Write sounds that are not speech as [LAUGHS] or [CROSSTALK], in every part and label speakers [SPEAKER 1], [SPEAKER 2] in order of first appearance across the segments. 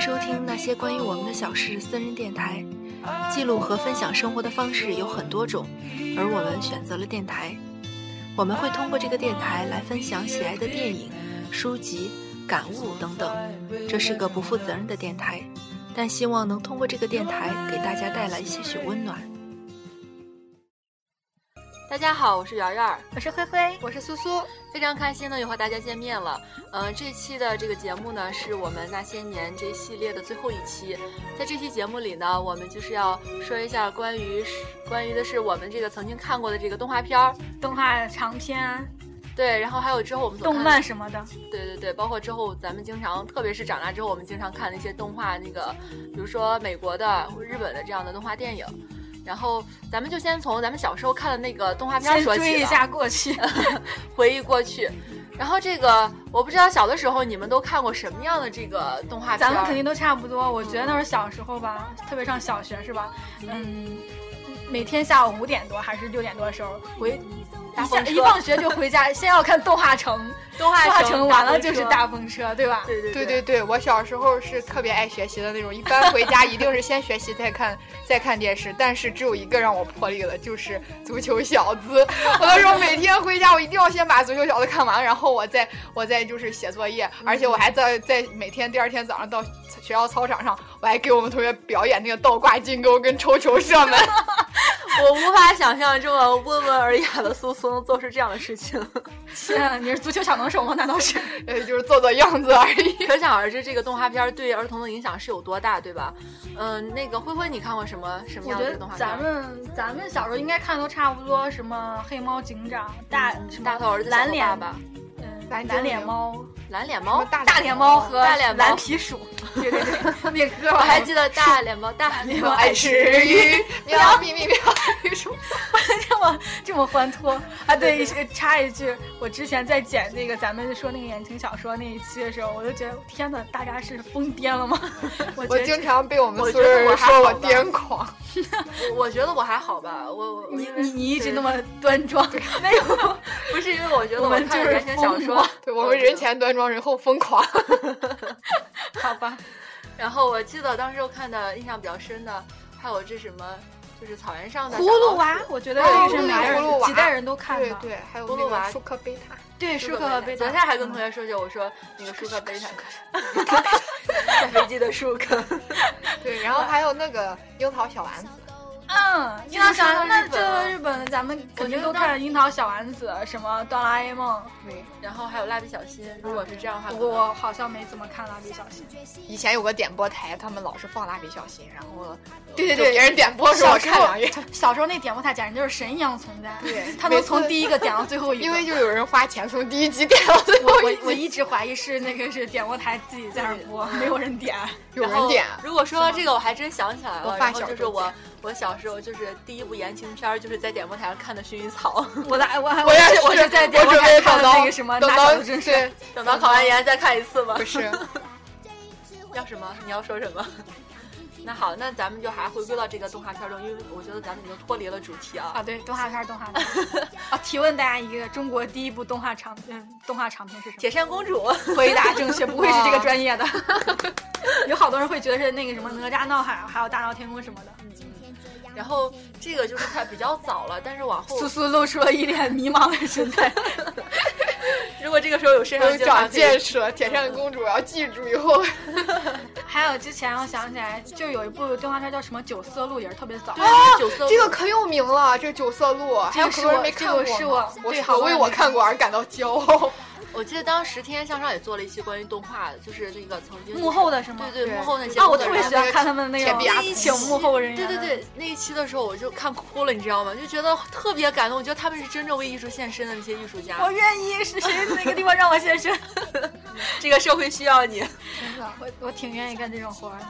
[SPEAKER 1] 收听那些关于我们的小事私人电台，记录和分享生活的方式有很多种，而我们选择了电台。我们会通过这个电台来分享喜爱的电影、书籍、感悟等等。这是个不负责任的电台，但希望能通过这个电台给大家带来些许温暖。大家好，我是圆圆儿，
[SPEAKER 2] 我是灰灰，
[SPEAKER 3] 我是苏苏，
[SPEAKER 1] 非常开心呢，又和大家见面了。嗯、这期的这个节目呢，是我们那些年这系列的最后一期。在这期节目里呢，我们就是要说一下关于是关于的是我们这个曾经看过的这个动画片儿，
[SPEAKER 2] 动画长篇、啊
[SPEAKER 1] 对，然后还有之后我们所
[SPEAKER 2] 动
[SPEAKER 1] 看
[SPEAKER 2] 漫什么的，
[SPEAKER 1] 对对对，包括之后咱们经常，特别是长大之后，我们经常看的一些动画，那个比如说美国的、或者日本的这样的动画电影。然后咱们就先从咱们小时候看的那个动画片
[SPEAKER 2] 先
[SPEAKER 1] 说
[SPEAKER 2] 追
[SPEAKER 1] 起
[SPEAKER 2] 一
[SPEAKER 1] 吧，
[SPEAKER 2] 下过去。
[SPEAKER 1] 回忆过去。然后这个我不知道小的时候你们都看过什么样的这个动画片儿？
[SPEAKER 2] 咱们肯定都差不多。我觉得那是小时候吧，特别上小学是吧？嗯，每天下午五点多还是六点多的时候回，
[SPEAKER 1] 大
[SPEAKER 2] 一
[SPEAKER 1] 风
[SPEAKER 2] 下
[SPEAKER 1] 车
[SPEAKER 2] 一放学就回家，先要看动画城，
[SPEAKER 1] 动画
[SPEAKER 2] 动画城完了
[SPEAKER 1] 大风
[SPEAKER 2] 就是
[SPEAKER 1] 车
[SPEAKER 2] 大风车，对吧？
[SPEAKER 1] 对对
[SPEAKER 3] 对
[SPEAKER 1] 对
[SPEAKER 3] 对对，我小时候是特别爱学习的那种，一般回家一定是先学习再看再看电视。但是只有一个让我破例了，就是足球小子。我那时候每天回家，我一定要先把足球小子看完，然后我再我再就是写作业，而且我还在在每天第二天早上到学校操场上，我还给我们同学表演那个倒挂金钩跟抽球射门。
[SPEAKER 1] 我无法想象这么温文尔雅的苏苏能做出这样的事情， [LAUGHS]
[SPEAKER 2] 天啊，你是足球小能手吗？难道是？
[SPEAKER 3] 呃，就是做做样子而已。
[SPEAKER 1] 可想而知这个动画片儿对儿童的影响是有多大，对吧？嗯、那个灰灰，你看过什么什么
[SPEAKER 2] 我
[SPEAKER 1] 样
[SPEAKER 2] 觉
[SPEAKER 1] 的
[SPEAKER 2] 得
[SPEAKER 1] 动画片儿？
[SPEAKER 2] 咱们咱们小时候应该看的都差不多，什么黑猫警长、大什么
[SPEAKER 1] 大头儿子、
[SPEAKER 2] 蓝脸
[SPEAKER 1] 小头爸爸、
[SPEAKER 2] 嗯
[SPEAKER 3] 蓝
[SPEAKER 2] 蓝脸
[SPEAKER 3] 精灵
[SPEAKER 2] 猫、
[SPEAKER 1] 蓝脸猫。
[SPEAKER 3] 大
[SPEAKER 2] 大脸猫和
[SPEAKER 1] 大脸猫
[SPEAKER 2] 蓝皮鼠，对对对，那歌
[SPEAKER 1] 我
[SPEAKER 2] 我
[SPEAKER 1] 还记得大脸猫，大脸猫
[SPEAKER 2] 猫
[SPEAKER 3] 爱吃鱼，喵咪咪喵鱼说。
[SPEAKER 2] 这么这么欢脱啊！对，插一句，我之前在剪那个咱们说那个言情小说那一期的时候，我就觉得天哪，大家是疯癫了吗？我
[SPEAKER 3] 我
[SPEAKER 2] 觉得
[SPEAKER 3] 经常被我们
[SPEAKER 1] 我
[SPEAKER 3] 宿
[SPEAKER 1] 觉得
[SPEAKER 3] 舍
[SPEAKER 1] 我
[SPEAKER 3] 人
[SPEAKER 1] 还
[SPEAKER 3] 说我
[SPEAKER 1] 好吧
[SPEAKER 3] 癫狂，
[SPEAKER 1] 我我觉得我还好吧，我我 [LAUGHS]
[SPEAKER 2] 你
[SPEAKER 1] 因为
[SPEAKER 2] 你你一直
[SPEAKER 1] 对
[SPEAKER 2] 那么端庄，没有，
[SPEAKER 1] 不是因为我觉得
[SPEAKER 2] 我们
[SPEAKER 1] 看
[SPEAKER 2] 就是
[SPEAKER 1] 言情小
[SPEAKER 2] 疯
[SPEAKER 1] 说
[SPEAKER 2] 狂，
[SPEAKER 3] 对我们人前端庄，人后疯狂。
[SPEAKER 2] 好吧，
[SPEAKER 1] 然后我记得当时我看的印象比较深的，还有这什么，就是草原上的
[SPEAKER 2] 葫
[SPEAKER 1] 小老
[SPEAKER 2] 芦
[SPEAKER 1] 鼠
[SPEAKER 2] 娃，我觉得
[SPEAKER 3] 哦
[SPEAKER 2] 这是
[SPEAKER 3] 对
[SPEAKER 2] 每个
[SPEAKER 3] 葫芦
[SPEAKER 2] 人
[SPEAKER 3] 娃
[SPEAKER 2] 几代人都看
[SPEAKER 3] 对
[SPEAKER 2] 的，
[SPEAKER 3] 对，还有
[SPEAKER 1] 葫芦
[SPEAKER 3] 那
[SPEAKER 1] 娃
[SPEAKER 3] 个舒克贝塔，
[SPEAKER 2] 对，舒克和贝塔。
[SPEAKER 1] 昨天还跟同学说起，我说那个舒克贝 [LAUGHS] 塔，下飞机的舒克，
[SPEAKER 3] [LAUGHS] 对，然后还有那个樱桃小丸子，
[SPEAKER 2] 嗯，樱桃小丸那就日本的，咱们肯定都
[SPEAKER 1] 我觉
[SPEAKER 2] 看樱桃小丸子，什么哆啦 A 梦，
[SPEAKER 3] 对，
[SPEAKER 1] 然后还有蜡笔小新。如果是这 [LAUGHS] 样的话，
[SPEAKER 2] 不
[SPEAKER 1] 可能
[SPEAKER 2] 过我好像没怎么看蜡笔小新。
[SPEAKER 3] 以前有个点播台，他们老是放蜡笔小新，然后
[SPEAKER 2] 对对
[SPEAKER 3] 就
[SPEAKER 2] 对，
[SPEAKER 3] 别人点播的时候我
[SPEAKER 2] 小时
[SPEAKER 3] 看
[SPEAKER 2] 候
[SPEAKER 3] 两眼，
[SPEAKER 2] [LAUGHS] 小时候那点播台简直就是神一样存在，
[SPEAKER 3] 对
[SPEAKER 2] 他能
[SPEAKER 3] 每次
[SPEAKER 2] 从第一个点到最后一个。
[SPEAKER 3] 因为就有人花钱从第一集点到最
[SPEAKER 2] 我
[SPEAKER 3] 后一
[SPEAKER 2] 我我
[SPEAKER 3] 集，
[SPEAKER 2] 一直怀疑是那个是点播台自己在那儿播，没有人点。
[SPEAKER 3] 有
[SPEAKER 1] 然
[SPEAKER 3] 人
[SPEAKER 1] 后
[SPEAKER 3] 点，
[SPEAKER 1] 如果说到这个，我还真想起来
[SPEAKER 3] 我
[SPEAKER 1] 了。
[SPEAKER 3] 发
[SPEAKER 1] 然后
[SPEAKER 3] 小
[SPEAKER 1] 就是
[SPEAKER 3] 时候
[SPEAKER 1] 我
[SPEAKER 3] 见，
[SPEAKER 1] 我小时候就是第一部言情片儿，就是在点播台上看的《薰衣草》。[LAUGHS]
[SPEAKER 2] [LAUGHS] 我在我
[SPEAKER 3] [LAUGHS] 我
[SPEAKER 2] 我
[SPEAKER 3] 也是，
[SPEAKER 2] 我是在点
[SPEAKER 3] 我
[SPEAKER 2] 播
[SPEAKER 3] 准
[SPEAKER 2] 台
[SPEAKER 3] 备
[SPEAKER 2] 看
[SPEAKER 3] 等
[SPEAKER 2] 的
[SPEAKER 3] 到
[SPEAKER 2] 那个什么
[SPEAKER 3] 等
[SPEAKER 2] 那
[SPEAKER 3] 到
[SPEAKER 2] 小子真是
[SPEAKER 3] 对，
[SPEAKER 1] 等到考完研再看一次吧
[SPEAKER 2] [LAUGHS]
[SPEAKER 3] 不。是，
[SPEAKER 1] 要什么？你要说什么？ [LAUGHS] 那好，那咱们就还回归到这个动画片中，因为我觉得咱们已经脱离了主题啊。
[SPEAKER 2] [LAUGHS] 啊对动画片动画片 [LAUGHS] 啊提问大家一个中国第一部动画长嗯动画长片是什
[SPEAKER 1] 铁扇公 [LAUGHS] 主，
[SPEAKER 2] 么？回答正确，不愧是这个专业的。 [LAUGHS] 有好多人会觉得是那个什么哪吒闹海，还有大闹天宫什么的。
[SPEAKER 1] 然后这个就是它比较早了，但是往后
[SPEAKER 2] 苏苏露出了一脸迷茫的神态。
[SPEAKER 1] 如果这个时候有摄
[SPEAKER 3] 我
[SPEAKER 1] 像
[SPEAKER 3] 就
[SPEAKER 1] 机的话，可
[SPEAKER 2] [LAUGHS]
[SPEAKER 3] 长
[SPEAKER 1] 以
[SPEAKER 3] 见识了。铁扇公主，我要记住以后。
[SPEAKER 2] [LAUGHS] 还有之前我想起来，就有一部动画片叫什么《九色鹿》，也是特别早。
[SPEAKER 1] 对九
[SPEAKER 2] 啊
[SPEAKER 1] 色
[SPEAKER 3] [LAUGHS] 这个可有名了，这九色鹿，还有
[SPEAKER 2] 是
[SPEAKER 3] 很多人
[SPEAKER 2] 我
[SPEAKER 3] 没
[SPEAKER 2] 这
[SPEAKER 3] 看过
[SPEAKER 2] 个
[SPEAKER 3] 呢。
[SPEAKER 2] 是我
[SPEAKER 3] 我
[SPEAKER 2] 对
[SPEAKER 3] 是
[SPEAKER 2] 好多
[SPEAKER 3] 为
[SPEAKER 2] 人
[SPEAKER 3] 我
[SPEAKER 2] 没
[SPEAKER 3] 看过而感到骄傲。
[SPEAKER 1] 我记得当时《天天向上》也做了一期关于动画的，就是那个曾经
[SPEAKER 2] 幕后的是吗？
[SPEAKER 1] 对对
[SPEAKER 3] 对
[SPEAKER 1] 幕后那些
[SPEAKER 2] 啊，我
[SPEAKER 1] 工作
[SPEAKER 2] 特
[SPEAKER 1] 人
[SPEAKER 2] 别
[SPEAKER 1] 员
[SPEAKER 2] 喜欢看他们那种
[SPEAKER 3] 铁臂阿童
[SPEAKER 2] 请幕后人
[SPEAKER 1] 对
[SPEAKER 2] 员。
[SPEAKER 1] 对对，那一期的时候我就看哭了，你知道吗？就觉得特别感动，我觉得他们是真正为艺术献身的那些艺术
[SPEAKER 2] 我
[SPEAKER 1] 家。
[SPEAKER 2] 愿意是谁哪个地方让我现身？
[SPEAKER 1] 这个社会需要你。
[SPEAKER 2] 真的， [LAUGHS] 我我挺愿意干这种活儿的。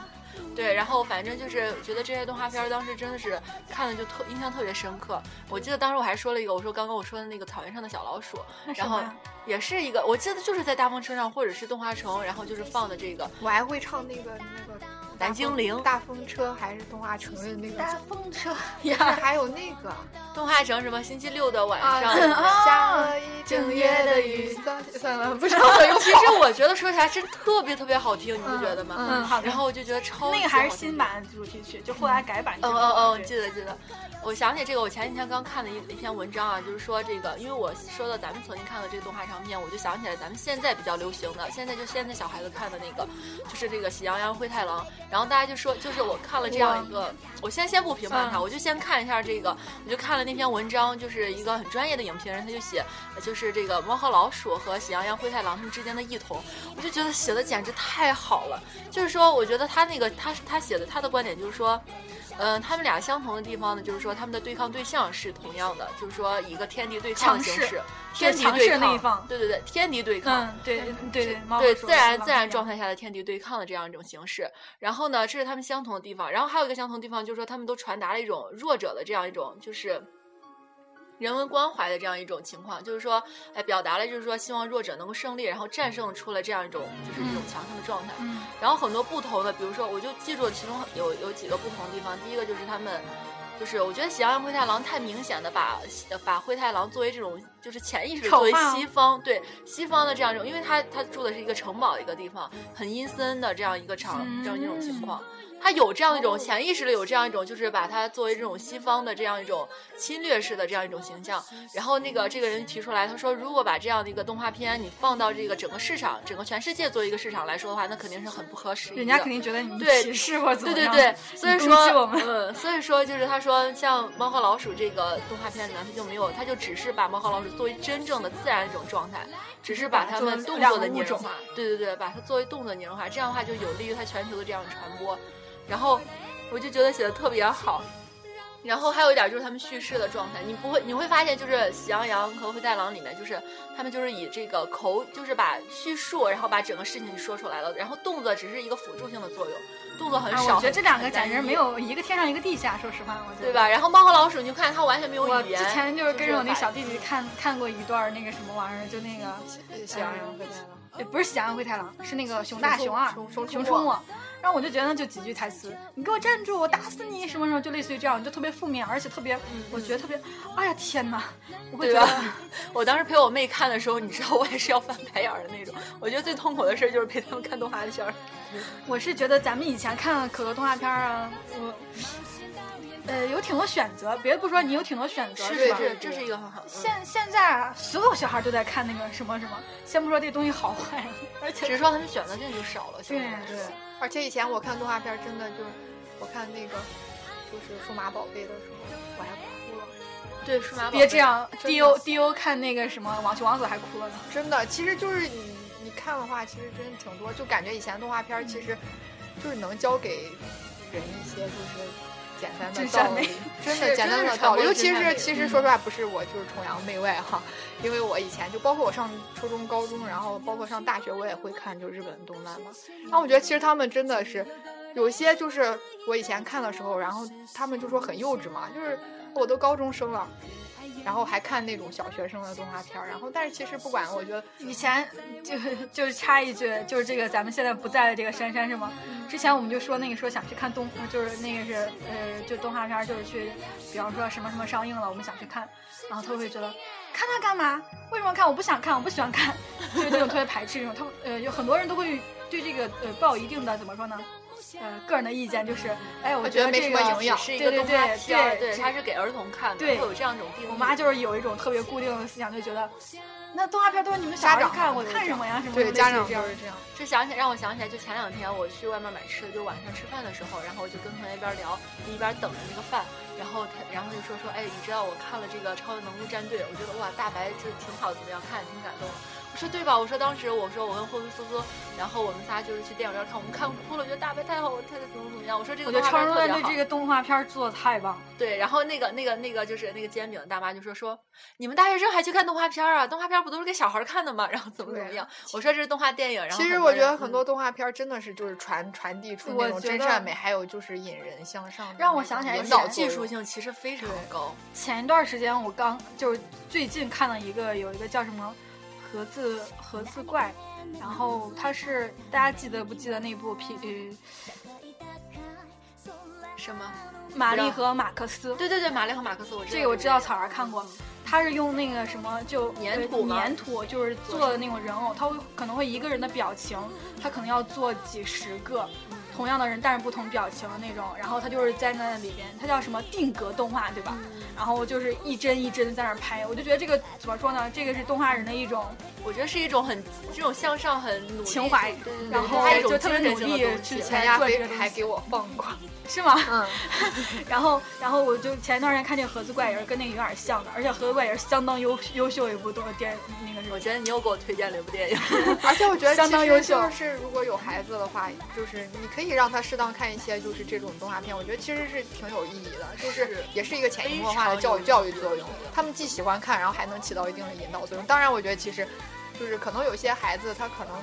[SPEAKER 1] 对，然后反正就是觉得这些动画片儿当时真的是看的就特印象特别深刻。我记得当时我还说了一个，我说刚刚我说的那个草原上的小老鼠，
[SPEAKER 2] 那什
[SPEAKER 1] 然后
[SPEAKER 2] 么呀
[SPEAKER 1] 也是一个，我记得就是在大风车上或者是动画城，然后就是放的这个
[SPEAKER 3] 我还会唱那个那个
[SPEAKER 1] 蓝精灵
[SPEAKER 3] 大风车还是动画城的那个，
[SPEAKER 2] 大风车
[SPEAKER 3] 不
[SPEAKER 2] [LAUGHS]
[SPEAKER 3] 是
[SPEAKER 2] 呀，
[SPEAKER 3] 还有那个啊
[SPEAKER 2] [LAUGHS]
[SPEAKER 1] 动画城什么星期六的晚上，
[SPEAKER 3] 啊，下了一整夜的雨算了算了，不想了，又
[SPEAKER 4] 其实我觉得说起来真特别特别好听，你不觉得吗？
[SPEAKER 2] 嗯，好的
[SPEAKER 4] 然。后我就觉得超级
[SPEAKER 2] 那个还是
[SPEAKER 4] 好听
[SPEAKER 2] 新版哦主题曲，就后来改版之
[SPEAKER 4] 嗯
[SPEAKER 2] 后。
[SPEAKER 4] 嗯嗯，
[SPEAKER 2] 对
[SPEAKER 4] 记得记得。我想起这个，我前几天刚看了一一篇文章啊，就是说这个，因为我说到咱们曾经看的这个动画长片，我就想起来咱们现在比较流行的，现在就现在小孩子看的那个，就是这个《喜羊羊灰太狼》。然后大家就说，就是我看了这样一个，我先先不评判它，
[SPEAKER 2] 嗯
[SPEAKER 4] 我就先看一下这个，我就看了那篇文章，就是一个很专业的影评人，他就写，就是这个猫和老鼠和喜羊羊灰太狼它们之间的异同，我就觉得写的简直太好了。就是说，我觉得他那个他他写的他的观点就是说。嗯，他们俩相同的地方呢，就是说他们的对抗对象是同样的，就是说一个天敌对抗
[SPEAKER 2] 强
[SPEAKER 4] 形
[SPEAKER 2] 势
[SPEAKER 4] 式，天敌
[SPEAKER 2] 强
[SPEAKER 4] 对
[SPEAKER 2] 势
[SPEAKER 4] 抗
[SPEAKER 2] 那一方
[SPEAKER 4] 对对对，天敌对抗，
[SPEAKER 2] 嗯，对对对，猫
[SPEAKER 4] 对
[SPEAKER 2] 和鼠
[SPEAKER 4] 自然
[SPEAKER 2] 是吧
[SPEAKER 4] 自然状态下的天敌对抗的这样一种形式。然后呢，这是他们相同的地方。然后还有一个相同的地方，就是说他们都传达了一种弱者的这样一种就是。人文关怀的这样一种情况，就是说，哎，表达了就是说，希望弱者能够胜利，然后战胜出了这样一种就是这种
[SPEAKER 2] 嗯
[SPEAKER 4] 强盛的状态。
[SPEAKER 2] 嗯，
[SPEAKER 4] 然后很多不同的，比如说，我就记住了其中有有几个不同的地方。第一个就是他们，就是我觉得《喜羊羊灰太狼》太明显的把把灰太狼作为这种就是潜意识
[SPEAKER 2] 丑
[SPEAKER 4] 作为
[SPEAKER 2] 化
[SPEAKER 4] 西方对西方的这样一种，因为他他住的是一个城堡一个地方，很阴森的这样一个场
[SPEAKER 2] 嗯
[SPEAKER 4] 这样一种情况。他有这样一种潜意识里有这样一种，就是把它作为这种西方的这样一种侵略式的这样一种形象。然后那个这个人提出来，他说如果把这样的一个动画片你放到这个整个市场，整个全世界做一个市场来说的话，那肯定是很不合时宜的。
[SPEAKER 2] 人家肯定觉得你
[SPEAKER 4] 对
[SPEAKER 2] 歧视或怎
[SPEAKER 4] 对
[SPEAKER 2] 么
[SPEAKER 4] 对
[SPEAKER 2] 样。
[SPEAKER 4] 对，所以
[SPEAKER 2] 你攻击我
[SPEAKER 4] 说，
[SPEAKER 2] 们
[SPEAKER 4] 嗯，所以说就是他说像《猫和老鼠》这个动画片里呢，他就没有，他就只是把猫和老鼠作为真正的自然一种状态，只是把它们动作的拟人化，对对对，把它作为动作拟人化，这样的话就有利于它全球的这样的传播。然后我就觉得写的特别好。然后还有一点就是他们叙事的状态，你不会你会发现就是《喜羊羊和灰太狼》里面，就是他们就是以这个口，就是把叙述，然后把整个事情说出来了，然后动作只是一个辅助性的作用，动作很
[SPEAKER 2] 啊，
[SPEAKER 4] 少。
[SPEAKER 2] 我觉得这两个
[SPEAKER 4] 很单
[SPEAKER 2] 简直
[SPEAKER 4] 一
[SPEAKER 2] 没有一个天上一个地下，说实话，我觉得。
[SPEAKER 4] 对？吧？然后猫和老鼠，你就看它完全没有
[SPEAKER 2] 我
[SPEAKER 4] 语
[SPEAKER 2] 之
[SPEAKER 4] 言。
[SPEAKER 2] 前就是跟着我那小
[SPEAKER 4] [LAUGHS] 把
[SPEAKER 2] 弟弟看看过一段那个什么玩意儿，就那个
[SPEAKER 3] 喜羊羊灰太狼。
[SPEAKER 2] 也不是《喜羊羊灰太狼》，是那个《熊大
[SPEAKER 3] 熊
[SPEAKER 2] 熊二》
[SPEAKER 3] 熊熊
[SPEAKER 2] 熊
[SPEAKER 3] 出没
[SPEAKER 2] 出没。然后我就觉得就几句台词，你给我站住，我打死你什么什么，就类似于这样，就特别负面，而且特别，我觉得特别，哎呀天哪，我会
[SPEAKER 4] 对
[SPEAKER 2] 觉
[SPEAKER 4] 吧
[SPEAKER 2] 得，
[SPEAKER 4] 我当时陪我妹看的时候，你知道我也是要翻白眼儿的那种。我觉得最痛苦的事儿就是陪他们看动画片儿。
[SPEAKER 2] 我是觉得咱们以前看的可多动画片儿啊，我，呃，有挺多选择，别的不说，你有挺多选择
[SPEAKER 3] 是
[SPEAKER 2] 吧？
[SPEAKER 3] 是
[SPEAKER 4] 这是一个很好的。
[SPEAKER 2] 现现在啊所有小孩都在看那个什么什么，先不说这东西好坏，而
[SPEAKER 4] 只
[SPEAKER 2] 且
[SPEAKER 4] 是说他们选择性就少了，
[SPEAKER 2] 对
[SPEAKER 4] 相
[SPEAKER 3] 对，而且以前我看动画片儿真的就是，我看那个就是数码宝贝的时候，我还哭了。
[SPEAKER 4] 对数码宝贝
[SPEAKER 2] 别这，样
[SPEAKER 3] 真的
[SPEAKER 2] ，D O D O 看那个什么网球王子还哭了呢。
[SPEAKER 3] 真的，其实就是你你看的话，其实真的挺多，就感觉以前动画片儿其实就是能教给人一些就是简单的
[SPEAKER 2] 真善
[SPEAKER 3] 道
[SPEAKER 2] 美
[SPEAKER 3] 理，真
[SPEAKER 4] 是
[SPEAKER 3] 的简
[SPEAKER 4] 真的
[SPEAKER 3] 单的
[SPEAKER 4] 是
[SPEAKER 3] 道理。
[SPEAKER 4] 传播
[SPEAKER 3] 尤其
[SPEAKER 4] 真善
[SPEAKER 3] 是
[SPEAKER 4] 美
[SPEAKER 3] 其实说实话，不是我就是崇洋媚外哈，因为我以前就包括我上初中、高中，然后包括上大学，我也会看就是日本的动漫嘛。然后我觉得其实他们真的是有些就是我以前看的时候，然后他们就说很幼稚嘛，就是我都高中生了。然后还看那种小学生的动画片儿，然后但是其实不管，我觉得
[SPEAKER 2] 以前就就是插一句，就是这个咱们现在不在的这个珊珊是吗？之前我们就说那个说想去看动，就是那个是呃，就动画片儿，就是去，比方说什么什么上映了，我们想去看，然后他会觉得看它干嘛？为什么看？我不想看，我不喜欢看， [LAUGHS] 就是这种特别排斥这种。他们呃，有很多人都会对这个呃抱有一定的怎么说呢？呃，个人的意见就是，哎，我
[SPEAKER 3] 我
[SPEAKER 2] 觉
[SPEAKER 3] 觉
[SPEAKER 2] 得
[SPEAKER 3] 得没
[SPEAKER 2] 这
[SPEAKER 3] 什
[SPEAKER 2] 个
[SPEAKER 3] 么营养
[SPEAKER 4] 是一个
[SPEAKER 2] 对
[SPEAKER 4] 动
[SPEAKER 2] 对对
[SPEAKER 4] 画片儿，
[SPEAKER 2] 对
[SPEAKER 4] 对，它是给儿童看的，会
[SPEAKER 2] 对
[SPEAKER 4] 有这样一种定义。
[SPEAKER 2] 我妈就是有一种特别固定的思想，就觉得那动画片都是你们小孩儿
[SPEAKER 3] 家长
[SPEAKER 2] 看，
[SPEAKER 3] 嘛
[SPEAKER 2] 我
[SPEAKER 3] 就是
[SPEAKER 2] 看
[SPEAKER 3] 这
[SPEAKER 2] 什么呀？什么
[SPEAKER 3] 对
[SPEAKER 2] 类似
[SPEAKER 3] 家
[SPEAKER 2] 于
[SPEAKER 3] 长
[SPEAKER 2] 这样
[SPEAKER 3] 都是这样。
[SPEAKER 4] 这想起让我想起来，就前两天我去外面买吃的，就晚上吃饭的时候，然后我就跟同学一边聊，就一边等着那个饭，然后他然后就说说，哎，你知道我看了这个《超能陆战队》，我觉得哇，大白就挺好，怎么样，看着挺感动的。我说对吧？我说当时我说我跟霍苏苏苏，然后我们仨就是去电影院看，我们看哭了，觉得大白太好，太怎么怎么样。我说这个
[SPEAKER 2] 我觉得《
[SPEAKER 4] 动
[SPEAKER 2] 超人
[SPEAKER 4] 画片
[SPEAKER 2] 乱
[SPEAKER 4] 特
[SPEAKER 2] 队》
[SPEAKER 4] 别好
[SPEAKER 2] 这个动画片做的太棒了。
[SPEAKER 4] 对，然后那个那个那个就是那个煎饼大妈就说说你们大学生还去看动画片儿啊？动画片儿不都是给小孩儿看的吗？ [LAUGHS] 然后怎么怎么
[SPEAKER 3] 对啊
[SPEAKER 4] 样？我说这是动画电影。然后
[SPEAKER 3] 其实
[SPEAKER 4] 很
[SPEAKER 3] 我
[SPEAKER 4] 多
[SPEAKER 3] 觉
[SPEAKER 4] 人
[SPEAKER 3] 得很
[SPEAKER 4] 嗯
[SPEAKER 3] 多动画片儿真的是就是传传递出那
[SPEAKER 2] 我
[SPEAKER 3] 种
[SPEAKER 2] 觉
[SPEAKER 3] 真
[SPEAKER 2] 得
[SPEAKER 3] 善美，还有就是引人向上的那种引导作用。
[SPEAKER 2] 让我想起来
[SPEAKER 4] 引
[SPEAKER 2] 以
[SPEAKER 4] 导
[SPEAKER 2] 前
[SPEAKER 4] 嗯技术性其实非常高。
[SPEAKER 2] 前一段时间我刚就是最近看了一个有一个叫什么盒子盒子怪，然后它是大家记得不记得那部片
[SPEAKER 4] 什么？
[SPEAKER 2] 呃玛丽和马克思？
[SPEAKER 4] 对对对，马丽和马克思，我知道
[SPEAKER 2] 这个我知道草儿看过，他是用那个什么就
[SPEAKER 4] 嗯粘土吗
[SPEAKER 2] 粘土就是做的那种人偶，他会可能会一个人的表情，他可能要做几十个。
[SPEAKER 4] 嗯
[SPEAKER 2] 同样的人，但是不同表情的那种，然后他就是在那里边，他叫什么定格动画，对吧？
[SPEAKER 4] 嗯
[SPEAKER 2] 然后就是一帧一帧在那儿拍，我就觉得这个怎么说呢？这个是动画人的一种
[SPEAKER 4] 我觉得是一种很这种向上、很努力
[SPEAKER 2] 情怀
[SPEAKER 4] 对对对，
[SPEAKER 2] 然后
[SPEAKER 4] 它一种
[SPEAKER 2] 就特别
[SPEAKER 4] 精
[SPEAKER 2] 努
[SPEAKER 4] 神性的
[SPEAKER 2] 力
[SPEAKER 4] 东
[SPEAKER 2] 去
[SPEAKER 4] 西
[SPEAKER 3] 前亚飞还给我放过，
[SPEAKER 2] 是吗？
[SPEAKER 3] 嗯，
[SPEAKER 2] [LAUGHS] 然后，然后我就前一段时间看那个《盒子怪人》，跟那个有点像的，而且《盒子怪人》相当优优秀一部动电那个
[SPEAKER 4] 我
[SPEAKER 2] 是
[SPEAKER 4] 觉得你又给我推荐了一部电影， [LAUGHS]
[SPEAKER 3] [LAUGHS] 而且我觉得
[SPEAKER 2] 相当
[SPEAKER 3] 其实
[SPEAKER 2] 优秀
[SPEAKER 3] 就是如果有孩子的话，就是你可以让他适当看一些就是这种动画片，我觉得其实是挺有意义的，就是
[SPEAKER 4] 是
[SPEAKER 3] 也是一个潜移
[SPEAKER 4] 非
[SPEAKER 3] 默化的
[SPEAKER 4] 常
[SPEAKER 3] 教育
[SPEAKER 4] 有
[SPEAKER 3] 教育
[SPEAKER 4] 意义
[SPEAKER 3] 作用。他们既喜欢看，然后还能起到一定的引导作用。当然，我觉得其实就是可能有些孩子他可能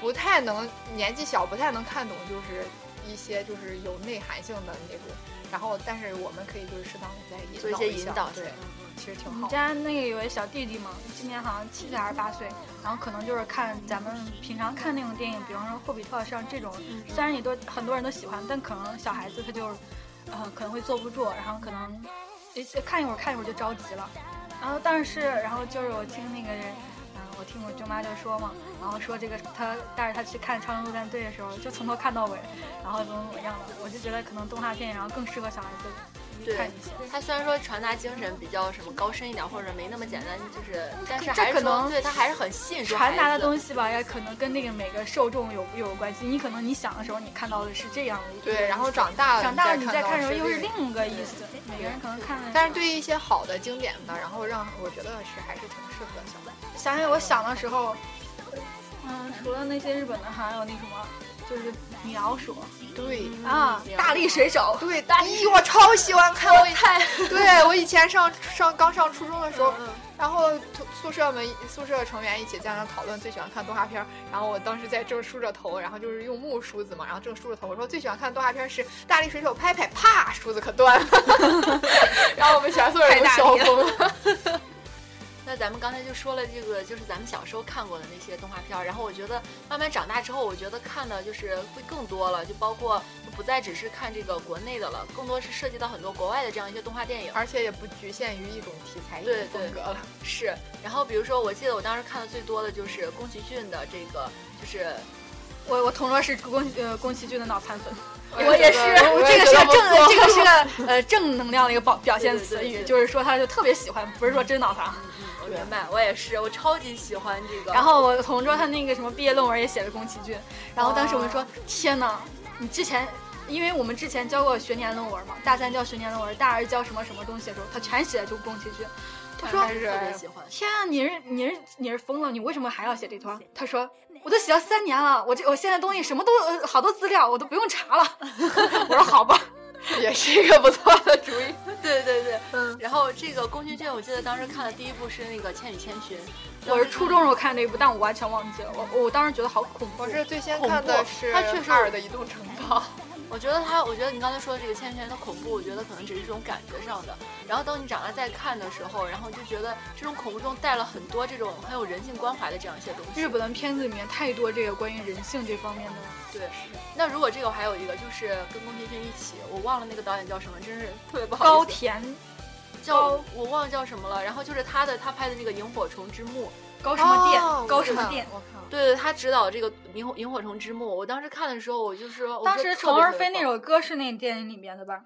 [SPEAKER 3] 不太能年纪小，不太能看懂，就是一些就是有内涵性的那种。然后，但是我们可以就是适当的再引导
[SPEAKER 4] 做一些
[SPEAKER 3] 下
[SPEAKER 4] 引导
[SPEAKER 3] 对
[SPEAKER 4] 性，嗯
[SPEAKER 3] 其实挺
[SPEAKER 2] 我
[SPEAKER 3] 好
[SPEAKER 2] 们
[SPEAKER 3] 的。
[SPEAKER 2] 家那个有一小弟弟嘛，今年好像七岁还是八岁，然后可能就是看咱们平常看那种电影，比方说《霍比特》像这种，虽然也都很多人都喜欢，但可能小孩子他就是，呃，可能会坐不住，然后可能呃一看一会儿看一会儿就着急了，然后但是然后就是我听那个人。嗯，我听我舅妈就说嘛，然后说这个他带着他去看《超能陆战队》的时候，就从头看到尾，然后怎么怎么样的，我就觉得可能动画片然后更适合小孩子
[SPEAKER 4] 对
[SPEAKER 2] 看一些。
[SPEAKER 4] 它虽然说传达精神比较什么高深一点，或者没那么简单，就是但是
[SPEAKER 2] 这
[SPEAKER 4] 还是
[SPEAKER 2] 可
[SPEAKER 4] 说
[SPEAKER 2] 能
[SPEAKER 4] 对它还是很吸引住
[SPEAKER 2] 传达的
[SPEAKER 4] 西。
[SPEAKER 2] 东西吧，也可能跟那个每个受众有有关系。你可能你想的时候，你看到的是这样的一个意思，
[SPEAKER 3] 对，然后长大了
[SPEAKER 2] 长大了你再
[SPEAKER 3] 看
[SPEAKER 2] 看
[SPEAKER 3] 到
[SPEAKER 2] 的时候又是
[SPEAKER 3] 另
[SPEAKER 2] 另一个意思。每个人可能看的，
[SPEAKER 3] 但是对于一些好的经典的，然后让我觉得是还是挺适合小孩。
[SPEAKER 2] 想想我小的时候，嗯，除了那些日本的，还有那什么，就是米老鼠
[SPEAKER 3] 对
[SPEAKER 2] 啊
[SPEAKER 4] 米，老鼠
[SPEAKER 2] 大力水手，
[SPEAKER 3] 对，大一我超喜欢看， [LAUGHS] 我以
[SPEAKER 2] 太
[SPEAKER 3] 对我以前上上刚上初中的时候，
[SPEAKER 2] 嗯
[SPEAKER 3] 然后同宿舍们宿舍成员一起在那讨论最喜欢看动画片儿，然后我当时在正梳着头，然后就是用木梳子嘛，然后正梳着头，我说最喜欢看动画片是《大力水手拍拍》，啪，梳子可断 [LAUGHS] 了，然后我们全宿舍人都笑疯了。
[SPEAKER 4] 那咱们刚才就说了这个，就是咱们小时候看过的那些动画片儿，然后我觉得慢慢长大之后，我觉得看的就是会更多了，就包括就不再只是看这个国内的了，更多是涉及到很多国外的这样一些动画电影。
[SPEAKER 3] 而且也不局限于一种题材、一种
[SPEAKER 4] 对对
[SPEAKER 3] 风格了。
[SPEAKER 4] 是，然后比如说，我记得我当时看的最多的就是宫崎骏的这个，就是呃
[SPEAKER 2] 我我同桌是宫呃宫崎骏的脑残粉，
[SPEAKER 4] 我也是
[SPEAKER 2] 我 [LAUGHS] 这个是个正，这个是个呃正能量的一个表表现词
[SPEAKER 4] 对对
[SPEAKER 2] 语，
[SPEAKER 4] 对
[SPEAKER 2] 就是说他就特别喜欢，不是说真脑残。
[SPEAKER 4] 我明白，我也是，我超级喜欢这个。
[SPEAKER 2] 然后我同桌他那个什么毕业论文也写了宫崎骏，然后当时我
[SPEAKER 3] 哦
[SPEAKER 2] 们说，天哪，你之前。因为我们之前教过学年论文嘛，大三教学年论文，大二教什么什么东西的时候，他全写的就是宫崎骏。他说
[SPEAKER 4] 还是特
[SPEAKER 3] 哎
[SPEAKER 4] 别喜欢：“。
[SPEAKER 2] 天啊，你是你是你是疯了，你为什么还要写这段？”他说：“我都写了三年了，我这我现在东西什么都、呃好多资料我都不用查了。” [LAUGHS] 我说：“好吧。
[SPEAKER 3] 也是一个 [LAUGHS] 不错的主意。
[SPEAKER 4] 对对对，
[SPEAKER 3] 嗯，
[SPEAKER 4] 然后这个宫崎骏，我记得当时看的第一部是那个《千与千寻》，”
[SPEAKER 2] 我是初中时候看这一部，但我完全忘记了。我我当时觉得好恐怖。
[SPEAKER 3] 我是最先
[SPEAKER 4] 恐
[SPEAKER 3] 看的
[SPEAKER 4] 怖
[SPEAKER 3] 是
[SPEAKER 4] 它确实
[SPEAKER 3] 二的移动城堡，
[SPEAKER 4] 我觉得他，我觉得你刚才说的这个《千与千寻》的恐怖，我觉得可能只是一种感觉上的。然后等你长大再看的时候，然后就觉得这种恐怖中带了很多这种很有人性关怀的这样一些东西。
[SPEAKER 2] 日本的片子里面太多这个关于人性这方面的了。
[SPEAKER 4] 对，那如果这个我还有一个就是跟宫崎骏一起，我忘了那个导演叫什么，真是特别不好意思。
[SPEAKER 2] 高田
[SPEAKER 4] 叫我忘了叫什么了。然后就是他的他拍的那个《萤火虫之墓》，
[SPEAKER 2] 高什么店？
[SPEAKER 3] 哦
[SPEAKER 2] 高什么店？？
[SPEAKER 3] 我看了
[SPEAKER 4] 对对，他执导这个《萤火萤火虫之墓》，我当时看的时候，我就是我
[SPEAKER 2] 当
[SPEAKER 4] 觉得
[SPEAKER 2] 时
[SPEAKER 4] 特
[SPEAKER 2] 虫
[SPEAKER 4] 别
[SPEAKER 2] 儿
[SPEAKER 4] 特别
[SPEAKER 2] 飞那
[SPEAKER 4] 棒
[SPEAKER 2] 首歌是那电影里面的吧？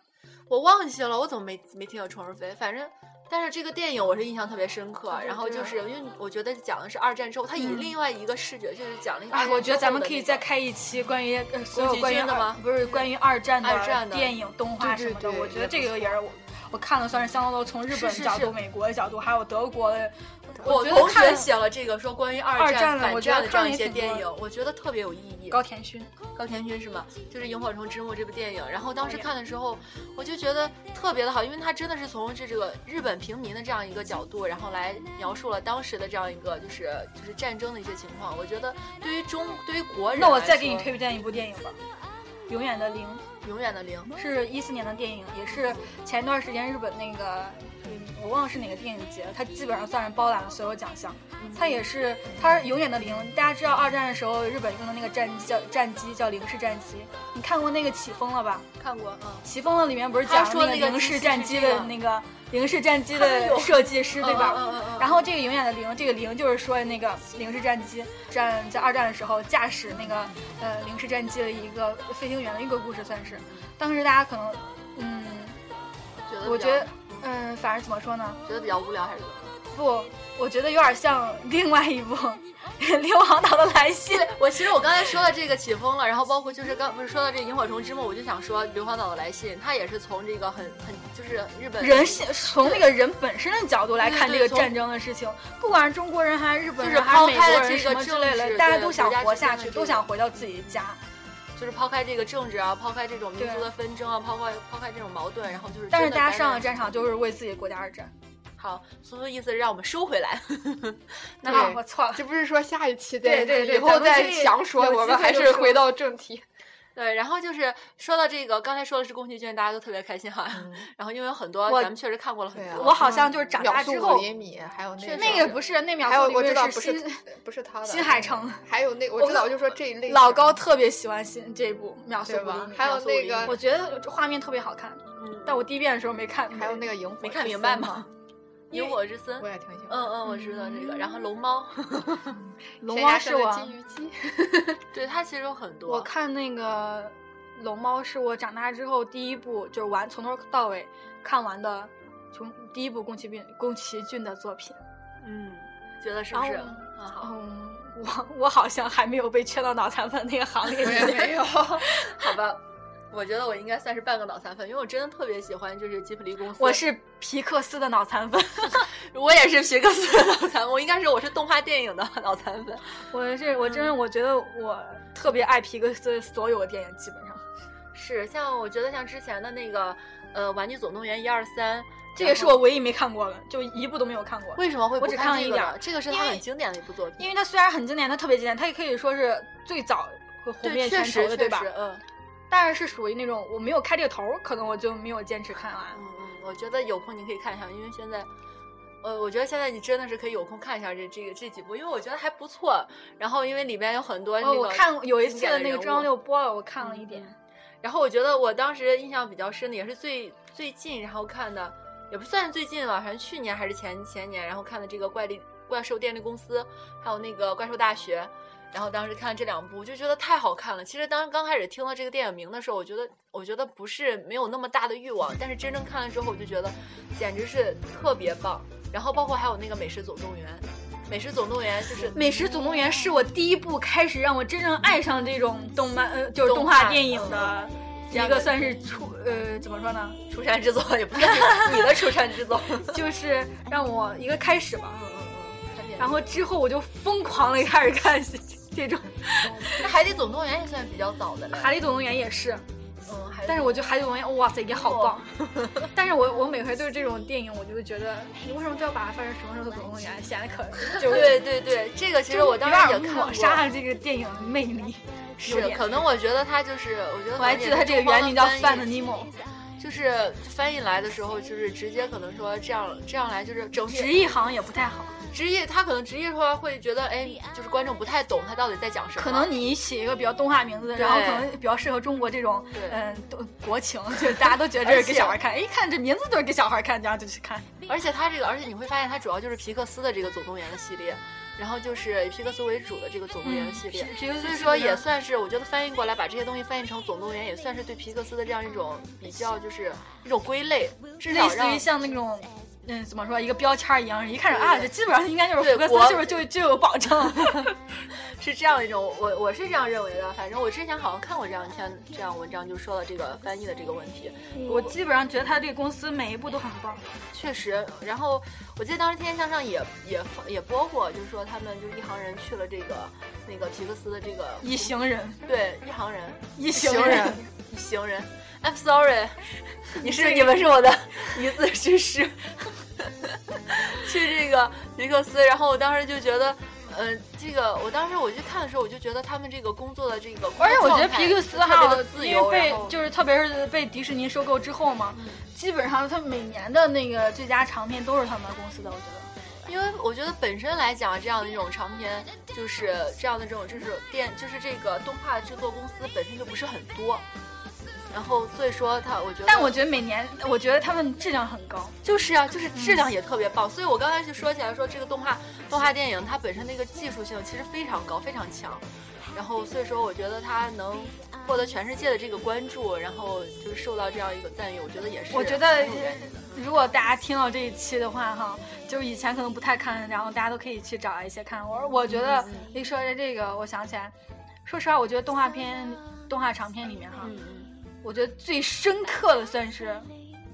[SPEAKER 4] 我忘记了，我怎么没没听到虫儿飞？反正，但是这个电影我是印象特别深刻。然后就是因为我觉得讲的是二战之后，他以
[SPEAKER 2] 啊嗯
[SPEAKER 4] 另外一个视觉就是讲了一个
[SPEAKER 2] 哎，我觉得咱们可以再
[SPEAKER 4] 看。
[SPEAKER 2] 开一期关于呃所有
[SPEAKER 4] 崎
[SPEAKER 2] 关于
[SPEAKER 4] 骏的
[SPEAKER 2] 二
[SPEAKER 4] 吗
[SPEAKER 2] 不是关于二战
[SPEAKER 4] 二战的
[SPEAKER 2] 电影、动画什么
[SPEAKER 3] 对
[SPEAKER 2] 的。
[SPEAKER 3] 对对
[SPEAKER 2] 我觉得
[SPEAKER 3] 也
[SPEAKER 2] 这个也是我我看了算是相当多，从日本
[SPEAKER 4] 是是
[SPEAKER 2] 角度、
[SPEAKER 4] 是
[SPEAKER 2] 美国的角度，还有德国的。
[SPEAKER 4] 我
[SPEAKER 2] 觉得
[SPEAKER 4] 同学
[SPEAKER 2] 看
[SPEAKER 4] 写了这个说关于
[SPEAKER 2] 二
[SPEAKER 4] 二
[SPEAKER 2] 战
[SPEAKER 4] 战
[SPEAKER 2] 的
[SPEAKER 4] 反
[SPEAKER 2] 我觉
[SPEAKER 4] 战
[SPEAKER 2] 得
[SPEAKER 4] 的这样
[SPEAKER 2] 看
[SPEAKER 4] 一
[SPEAKER 2] 了也挺
[SPEAKER 4] 些电
[SPEAKER 2] 多
[SPEAKER 4] 影，我觉得特别有意义。
[SPEAKER 2] 高田勋，
[SPEAKER 4] 高田勋是吗？就是《萤火虫之墓》这部电影，然后当时看的时候，我就觉得特别的好，因为它真的是从这这个日本平民的这样一个角度，然后来描述了当时的这样一个就是就是战争的一些情况。我觉得对于中对于国人
[SPEAKER 2] 那
[SPEAKER 4] 来说，
[SPEAKER 2] 我再给你推荐一部电影吧，《永远的零》。
[SPEAKER 4] 永远的零，
[SPEAKER 2] 是一四年的电影，也是前一段时间日本那个，嗯我忘了是哪个电影节，它基本上算是包揽了所有奖项。
[SPEAKER 4] 嗯
[SPEAKER 2] 它也是，它是永远的零。大家知道二战的时候，日本用的那个战机叫战机叫零式战机，你看过那个起风了吧？
[SPEAKER 4] 看过，嗯，
[SPEAKER 2] 起风了里面不是讲
[SPEAKER 4] 他说
[SPEAKER 2] 个
[SPEAKER 4] 那个
[SPEAKER 2] 零式
[SPEAKER 4] 机器
[SPEAKER 2] 战
[SPEAKER 4] 是
[SPEAKER 2] 机
[SPEAKER 4] 这
[SPEAKER 2] 的
[SPEAKER 4] 个
[SPEAKER 2] 那个零式战机
[SPEAKER 4] 他们有
[SPEAKER 2] 的设计师，
[SPEAKER 4] 嗯
[SPEAKER 2] 对吧？
[SPEAKER 4] 嗯嗯嗯
[SPEAKER 2] 然后这个永远的零，这个零就是说那个零式战机战在二战的时候驾驶那个呃零式战机的一个飞行员的一个故事，算是当时大家可能嗯
[SPEAKER 4] 觉得
[SPEAKER 2] 我
[SPEAKER 4] 比
[SPEAKER 2] 觉
[SPEAKER 4] 较
[SPEAKER 2] 得嗯、呃反正怎么说呢？
[SPEAKER 4] 觉得比较无聊还是怎么？
[SPEAKER 2] 不，我觉得有点像另外一部 [LAUGHS] 《流亡岛的来信》
[SPEAKER 4] 对，我其实我刚才说到这个起风了，然后包括就是刚不是说到这个萤火虫之墓，我就想说《硫磺岛的来信》，它也是从这个很很就是日本
[SPEAKER 2] [LAUGHS] 人性，从那个人本身的角度来看
[SPEAKER 4] 对
[SPEAKER 2] 这个
[SPEAKER 4] 对从
[SPEAKER 2] 战争的事情，不管是中国人还是日本
[SPEAKER 4] 就
[SPEAKER 2] 人
[SPEAKER 4] 是
[SPEAKER 2] 还是
[SPEAKER 4] 抛
[SPEAKER 2] 美
[SPEAKER 4] 开
[SPEAKER 2] 国
[SPEAKER 4] 了
[SPEAKER 2] 人
[SPEAKER 4] 这
[SPEAKER 2] 什
[SPEAKER 4] 个
[SPEAKER 2] 么之
[SPEAKER 4] 政
[SPEAKER 2] 类
[SPEAKER 4] 治
[SPEAKER 2] 的，大家
[SPEAKER 4] 对
[SPEAKER 2] 都
[SPEAKER 4] 国
[SPEAKER 2] 想
[SPEAKER 4] 家
[SPEAKER 2] 活
[SPEAKER 4] 之
[SPEAKER 2] 下
[SPEAKER 4] 间的
[SPEAKER 2] 去，
[SPEAKER 4] 这
[SPEAKER 2] 都想回到自己家。
[SPEAKER 4] 就是抛开这个政治啊，抛开这种民族
[SPEAKER 2] 对
[SPEAKER 4] 的纷争啊，抛开抛开这种矛盾，然后就是
[SPEAKER 2] 但是
[SPEAKER 4] 真的
[SPEAKER 2] 大家
[SPEAKER 4] 待
[SPEAKER 2] 上
[SPEAKER 4] 在
[SPEAKER 2] 了战场就是为自己国家而战。
[SPEAKER 4] 好，苏苏意思是让我们收回来。 [LAUGHS] 那
[SPEAKER 3] 对
[SPEAKER 2] 啊，我错了。
[SPEAKER 3] 这不是说下一期再
[SPEAKER 2] 对对对
[SPEAKER 3] 以后
[SPEAKER 2] 咱们
[SPEAKER 3] 再
[SPEAKER 2] 可以
[SPEAKER 3] 详说，
[SPEAKER 2] 有机
[SPEAKER 3] 我们
[SPEAKER 2] 会
[SPEAKER 3] 还
[SPEAKER 2] 就是说
[SPEAKER 3] 回到正题。
[SPEAKER 4] 对，然后就是说到这个，刚才说的是宫崎骏，大家都特别开心哈。然后因为有很多
[SPEAKER 2] 嗯我
[SPEAKER 4] 咱们确实看过了很
[SPEAKER 3] 对啊
[SPEAKER 4] 多，
[SPEAKER 2] 我好像就是长
[SPEAKER 3] 秒
[SPEAKER 2] 大
[SPEAKER 3] 速
[SPEAKER 2] 之
[SPEAKER 3] 五
[SPEAKER 2] 后，
[SPEAKER 3] 厘米，还有那
[SPEAKER 4] 确实
[SPEAKER 2] 那个不是那秒
[SPEAKER 3] 还有
[SPEAKER 2] 速
[SPEAKER 3] 我
[SPEAKER 2] 里
[SPEAKER 3] 知
[SPEAKER 2] 面
[SPEAKER 3] 道
[SPEAKER 2] 是
[SPEAKER 3] 不是
[SPEAKER 2] 新
[SPEAKER 3] 不是他的
[SPEAKER 2] 新海诚，
[SPEAKER 3] 还有那我
[SPEAKER 2] 我
[SPEAKER 3] 知
[SPEAKER 2] 跟
[SPEAKER 3] 道，我就说这一类
[SPEAKER 2] 老
[SPEAKER 3] 型
[SPEAKER 2] 高
[SPEAKER 3] 的
[SPEAKER 2] 特别喜欢新这部秒速
[SPEAKER 3] 对
[SPEAKER 2] 五厘
[SPEAKER 3] 吧
[SPEAKER 2] 米？
[SPEAKER 3] 还有
[SPEAKER 4] 秒速五
[SPEAKER 3] 那
[SPEAKER 4] 厘
[SPEAKER 3] 个
[SPEAKER 2] 我觉得这画面特别好看，
[SPEAKER 4] 嗯，
[SPEAKER 2] 但我第一遍的时候没看。
[SPEAKER 3] 嗯还有那个萤火，
[SPEAKER 4] 没看明白？吗？
[SPEAKER 2] 因为
[SPEAKER 4] 萤火之森
[SPEAKER 3] 我，也挺喜欢。
[SPEAKER 4] 嗯嗯，我知道这个。然后龙猫，
[SPEAKER 2] 龙
[SPEAKER 3] 天
[SPEAKER 2] 猫
[SPEAKER 3] 涯
[SPEAKER 2] 是
[SPEAKER 3] 上的
[SPEAKER 2] 我
[SPEAKER 3] 金鱼姬， [LAUGHS]
[SPEAKER 4] 对它其实有很多。
[SPEAKER 2] 我看那个《龙猫》是我长大之后第一部，就是完从头到尾看完的，从第一部宫崎骏宫崎骏的作品。
[SPEAKER 4] 嗯，觉得是不是
[SPEAKER 2] 然后
[SPEAKER 4] 很好？ [LAUGHS]
[SPEAKER 2] 嗯，我我好像还没有被圈到脑残粉那个行列
[SPEAKER 3] 我也
[SPEAKER 2] 里面。
[SPEAKER 3] 没有。
[SPEAKER 4] 好吧，我觉得我应该算是半个脑残粉，因为我真的特别喜欢就是吉卜力公司。
[SPEAKER 2] 我是皮克斯的脑
[SPEAKER 4] [LAUGHS]
[SPEAKER 2] 残粉，
[SPEAKER 4] 我也是皮克斯的脑残，我应该是我是动画电影的脑残粉。
[SPEAKER 2] 我是我
[SPEAKER 4] 嗯
[SPEAKER 2] 真的我觉得我特别爱皮克斯所有的电影，基本上
[SPEAKER 4] [LAUGHS] 是，像我觉得像之前的那个呃《玩具总动员》一二三，
[SPEAKER 2] 这也是我唯一没看过的，就一部都没有看过。
[SPEAKER 4] 为什么会
[SPEAKER 2] 我
[SPEAKER 4] 不
[SPEAKER 2] 只看了
[SPEAKER 4] 这
[SPEAKER 2] 一
[SPEAKER 4] 个
[SPEAKER 2] 点
[SPEAKER 4] 呢？
[SPEAKER 2] 儿
[SPEAKER 4] 这个是
[SPEAKER 2] 因
[SPEAKER 4] 他
[SPEAKER 2] 为
[SPEAKER 4] 很经典的一部作品。
[SPEAKER 2] 因为它虽然很经典，它特别经典，它也可以说是最早红
[SPEAKER 4] 对，
[SPEAKER 2] 遍
[SPEAKER 4] 确
[SPEAKER 2] 全
[SPEAKER 4] 实
[SPEAKER 2] 球的，
[SPEAKER 4] 确
[SPEAKER 2] 对吧
[SPEAKER 4] 实，？嗯
[SPEAKER 2] 但是是属于那种我没有开这个头儿，可能我就没有坚持看完。
[SPEAKER 4] 嗯嗯，我觉得有空你可以看一下，因为现在。呃，我觉得现在你真的是可以有空看一下这这个这几部，因为我觉得还不错。然后因为里面有很多那
[SPEAKER 2] 哦，
[SPEAKER 4] 个
[SPEAKER 2] 我看有一次
[SPEAKER 4] 经典的
[SPEAKER 2] 那个
[SPEAKER 4] 人
[SPEAKER 2] 中央
[SPEAKER 4] 物嗯
[SPEAKER 2] 六播了，我看了一点。
[SPEAKER 4] 然后我觉得我当时印象比较深的也是最最近，然后看的也不算是最近吧，反正去年还是前前年，然后看的这个怪力怪兽电力公司，还有那个怪兽大学，然后当时看这两部就觉得太好看了。其实当刚开始听到这个电影名的时候，我觉得我觉得不是没有那么大的欲望，但是真正看了之后，我就觉得简直是特别棒。然后包括还有那个美食总动员，美食总动员就是
[SPEAKER 2] 美食总动员》是我第一部开始让我真正爱上这种动漫，呃，就是
[SPEAKER 4] 动
[SPEAKER 2] 动画
[SPEAKER 4] 画嗯
[SPEAKER 2] 电影的
[SPEAKER 4] 这样
[SPEAKER 2] 一
[SPEAKER 4] 的
[SPEAKER 2] 个算是出，呃，怎么说呢？
[SPEAKER 4] 出山之作，也不是你的出
[SPEAKER 2] [LAUGHS]
[SPEAKER 4] 山之作。
[SPEAKER 2] 就是让我一个开始吧。
[SPEAKER 4] 嗯嗯嗯，
[SPEAKER 2] 然后之后我就疯狂的开始看这种
[SPEAKER 4] 那《海底总动员》也算比较早的了。
[SPEAKER 2] 《海底总动员》也是，
[SPEAKER 4] 嗯，海底
[SPEAKER 2] 但是我觉得《海底总动员》哇塞也好棒。 [LAUGHS] 但是我我每回对这种电影，我就会觉得你为什么都要把它翻成什么什么总动员，显得可 [LAUGHS] 就
[SPEAKER 4] 对对对，这个其实我当时也看过。
[SPEAKER 2] 抹杀了这个电影的魅力。有
[SPEAKER 4] 是，
[SPEAKER 2] 点
[SPEAKER 4] 可能我觉得它就是，我觉得
[SPEAKER 2] 我还记得它这个原名叫《犯的尼莫》，
[SPEAKER 4] [LAUGHS] 就是翻译来的时候，就是直接可能说这样这样来就是整
[SPEAKER 2] 直
[SPEAKER 4] 体
[SPEAKER 2] 译好像也不太好。
[SPEAKER 4] 直译，他可能直译出来会觉得，哎，就是观众不太懂他到底在讲什么。
[SPEAKER 2] 可能你起一个比较动画名字，
[SPEAKER 4] 对
[SPEAKER 2] 然后可能比较适合中国这种
[SPEAKER 4] 对
[SPEAKER 2] 嗯都国情，就是大家都觉得这是
[SPEAKER 4] 而且
[SPEAKER 2] 给小孩看，哎，一看这名字都是给小孩看，然后就去看。
[SPEAKER 4] 而且它这个，而且你会发现它主要就是皮克斯的这个总动员的系列，然后就是以皮克斯为主的这个总动员的
[SPEAKER 2] 嗯
[SPEAKER 4] 系列。
[SPEAKER 2] 皮克斯
[SPEAKER 4] 所以说也算是，我觉得翻译过来把这些东西翻译成总动员，也算是对皮克斯的这样一种比较，就是一种归类，至
[SPEAKER 2] 类
[SPEAKER 4] 少
[SPEAKER 2] 似
[SPEAKER 4] 让
[SPEAKER 2] 于像那种。嗯，怎么说一个标签一样，一看着
[SPEAKER 4] 对
[SPEAKER 2] 啊，
[SPEAKER 4] 对
[SPEAKER 2] 这基本上应该就是
[SPEAKER 4] 对
[SPEAKER 2] 福克
[SPEAKER 4] 国
[SPEAKER 2] 斯，就是就就有保证。 [LAUGHS]
[SPEAKER 4] 是这样一种，我我是这样认为的。反正我之前好像看过这样一篇这样文章，就说了这个翻译的这个问题，
[SPEAKER 2] 我基本上觉得他这个公司每一步都很棒。
[SPEAKER 4] 确实。然后我记得当时《天天向上也》也也播过，就是说他们就是一行人去了这个那个皮克斯的这个
[SPEAKER 2] 一行人，
[SPEAKER 4] 对一行人
[SPEAKER 2] 一
[SPEAKER 3] 行
[SPEAKER 2] 行
[SPEAKER 3] 人
[SPEAKER 2] 人，
[SPEAKER 4] 一行人，I'm sorry，你是你们是我的一字之师。 [LAUGHS] 去这个皮克斯，然后我当时就觉得，嗯、这个我当时我去看的时候，我就觉得他们这个工作的这个工
[SPEAKER 2] [LAUGHS]
[SPEAKER 4] 作
[SPEAKER 2] 而
[SPEAKER 4] 状态
[SPEAKER 2] 且
[SPEAKER 4] 特
[SPEAKER 2] 我
[SPEAKER 4] 别
[SPEAKER 2] 觉
[SPEAKER 4] 的自
[SPEAKER 2] 得皮克斯
[SPEAKER 4] 由，
[SPEAKER 2] 哈，因为
[SPEAKER 4] 然后
[SPEAKER 2] 被就是特别是被迪士尼收购之后嘛，
[SPEAKER 4] 嗯
[SPEAKER 2] 基本上他每年的那个最佳长片都是他们公司的，我觉得。
[SPEAKER 4] 因为我觉得本身来讲，这样的一种长篇，就是这样的这种，就是电，就是这个动画制作公司本身就不是很多，然后所以说它，我觉得，
[SPEAKER 2] 但我觉得每年，我觉得他们质量很高。
[SPEAKER 4] 就是啊，就是质量也特别棒。所以我刚才就说起来说这个动画动画电影它本身那个技术性其实非常高，非常强。然后所以说，我觉得它能获得全世界的这个关注，然后就是受到这样一个赞誉，我觉得也是
[SPEAKER 2] 我
[SPEAKER 4] 很有
[SPEAKER 2] 觉
[SPEAKER 4] 原因
[SPEAKER 2] 得
[SPEAKER 4] 的。
[SPEAKER 2] 如果大家听到这一期的话，哈，就是以前可能不太看，然后大家都可以去找一些看。我我觉
[SPEAKER 4] 嗯
[SPEAKER 2] 得一说到这个，我想起来，说实话，我觉得动画片、动画长片里面哈，
[SPEAKER 4] 嗯嗯。
[SPEAKER 2] 我觉得最深刻的算是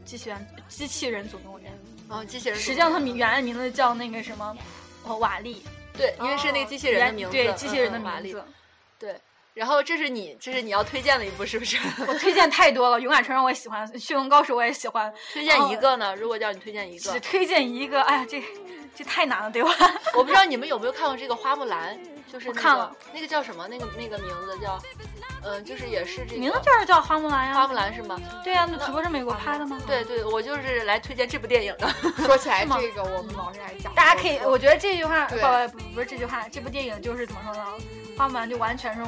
[SPEAKER 2] 机器人机器人总动员。
[SPEAKER 4] 然后机器人
[SPEAKER 2] 实际上，它名原来名字叫那个什么，哦，瓦力，
[SPEAKER 4] 对，因为是那个机器人的
[SPEAKER 2] 哦原
[SPEAKER 4] 名字，
[SPEAKER 2] 对
[SPEAKER 4] 嗯
[SPEAKER 2] 机器人的
[SPEAKER 4] 嗯马
[SPEAKER 2] 名
[SPEAKER 4] 里
[SPEAKER 2] 字。
[SPEAKER 4] 对，然后这是你，这是你要推荐的一部，是不是？
[SPEAKER 2] 我推荐太多了，《勇敢传说》我也喜欢，《驯龙高手》我也喜欢，
[SPEAKER 4] [LAUGHS] 推荐一个呢？如果叫你推荐一
[SPEAKER 2] 只
[SPEAKER 4] 个，
[SPEAKER 2] 推荐一个，哎呀，这这太难了，对吧？
[SPEAKER 4] [LAUGHS] 我不知道你们有没有看过这个花木兰，就是、那
[SPEAKER 2] 我
[SPEAKER 4] 个、
[SPEAKER 2] 看了
[SPEAKER 4] 那个叫什么？那个那个名字叫，嗯、就是也是这个
[SPEAKER 2] 名字就是叫花木兰呀，
[SPEAKER 4] 花木兰是吗？
[SPEAKER 2] 对啊呀、那只不过是美国拍的吗？，
[SPEAKER 4] 对对，我就是来推荐这部电影的。 [LAUGHS]
[SPEAKER 3] 说起来
[SPEAKER 2] 是吗
[SPEAKER 3] 这个，我们老师还讲过，
[SPEAKER 2] 大家可以，我觉得这句话
[SPEAKER 3] 对
[SPEAKER 2] 不不不是这句话，这部电影就是怎么说呢？花木兰就完全是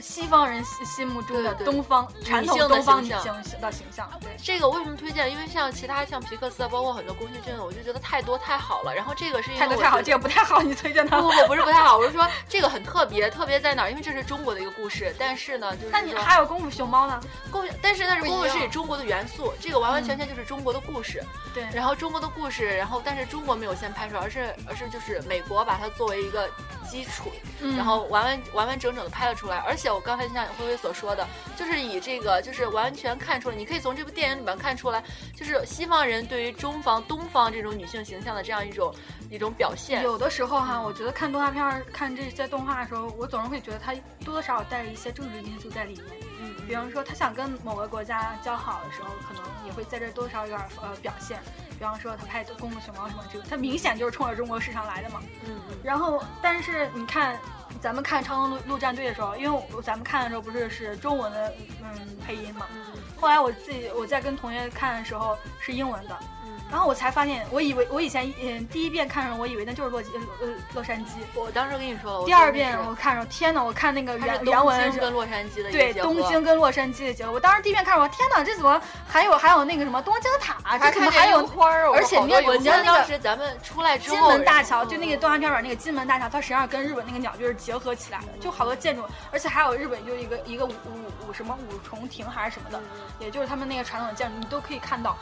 [SPEAKER 2] 西方人心心目中的
[SPEAKER 4] 对对
[SPEAKER 2] 东方传统
[SPEAKER 4] 女性的
[SPEAKER 2] 东方女
[SPEAKER 4] 形象
[SPEAKER 2] 性的形象，对，
[SPEAKER 4] 这个为什么推荐？因为像其他像皮克斯啊，包括很多宫崎骏的，我就觉得太多太好了。然后这个是因为
[SPEAKER 2] 太多太好，
[SPEAKER 4] 我觉
[SPEAKER 2] 这个
[SPEAKER 4] 得
[SPEAKER 2] 不太好，你推荐它 [LAUGHS]
[SPEAKER 4] 不。不不不是不太好，我是说这个很特别，特别在哪儿？因为这是中国的一个故事，但是呢，就是
[SPEAKER 2] 那你
[SPEAKER 4] 说
[SPEAKER 2] 还有功夫熊猫呢？
[SPEAKER 4] 功夫，但是那是
[SPEAKER 3] 不一
[SPEAKER 4] 功夫是
[SPEAKER 3] 样
[SPEAKER 4] 以中国的元素，这个完完全全就是中国的故事。
[SPEAKER 2] 对，
[SPEAKER 4] 然后中国的故事，然后但是中国没有先拍出来，而是而是就是美国把它作为一个基础，
[SPEAKER 2] 嗯
[SPEAKER 4] 然后完完完完整整的拍了出来。而且我刚才就像辉辉所说的，就是以这个就是完全看出来，你可以从这部电影里面看出来，就是西方人对于中方、东方这种女性形象的这样一种一种表现。
[SPEAKER 2] 有的时候哈、我觉得看动画片儿、看这些动画的时候，我总是会觉得它多多少少带一些政治因素在里面。
[SPEAKER 4] 嗯
[SPEAKER 2] 比方说，他想跟某个国家交好的时候，可能也会在这多少有点儿呃表现。比方说，他拍《功夫熊猫》什么这个，他明显就是冲着中国市场来的嘛。
[SPEAKER 4] 嗯嗯
[SPEAKER 2] 然后，但是你看，咱们看《超能陆陆战队》的时候，因为我咱们看的时候不是是中文的嗯配音嘛，
[SPEAKER 4] 嗯
[SPEAKER 2] 后来我自己我在跟同学看的时候是英文的，
[SPEAKER 4] 嗯。
[SPEAKER 2] 然后我才发现，我以为我以前嗯第一遍看的时候，我以为那就是洛基呃洛杉矶。
[SPEAKER 4] 我当时跟你说了，我
[SPEAKER 2] 第二
[SPEAKER 4] 真的
[SPEAKER 2] 遍
[SPEAKER 4] 哦是
[SPEAKER 2] 我看的时候，天哪！我看那个
[SPEAKER 4] 它是
[SPEAKER 2] 原原文
[SPEAKER 4] 东
[SPEAKER 2] 的
[SPEAKER 4] 京
[SPEAKER 2] 时
[SPEAKER 4] 跟
[SPEAKER 2] 候，
[SPEAKER 4] 洛杉矶的一个
[SPEAKER 2] 对
[SPEAKER 4] 结
[SPEAKER 2] 东
[SPEAKER 4] 合
[SPEAKER 2] 京跟洛杉矶的结合。我当时第一遍看的时候，天哪，这怎么还有还有那个什么东京塔？啊
[SPEAKER 3] 还
[SPEAKER 2] 这怎
[SPEAKER 3] 看
[SPEAKER 2] 么
[SPEAKER 3] 见
[SPEAKER 2] 还有
[SPEAKER 3] 樱花儿，
[SPEAKER 2] 而且
[SPEAKER 3] 我
[SPEAKER 2] 那
[SPEAKER 3] 们好
[SPEAKER 2] 个
[SPEAKER 3] 多
[SPEAKER 4] 我
[SPEAKER 3] 樱
[SPEAKER 4] 记
[SPEAKER 3] 花
[SPEAKER 4] 得
[SPEAKER 3] 儿
[SPEAKER 4] 当时咱们出来之
[SPEAKER 2] 金
[SPEAKER 4] 后，
[SPEAKER 2] 门大
[SPEAKER 4] 然后
[SPEAKER 2] 桥，就那个动画片版那个金门大桥，它实际上跟日本那个鸟就是结合起来的，就好多建筑，而且还有日本就一个一个五五五什么五重亭还是什么的，也就是他们那个传统的建筑，你都可以看到。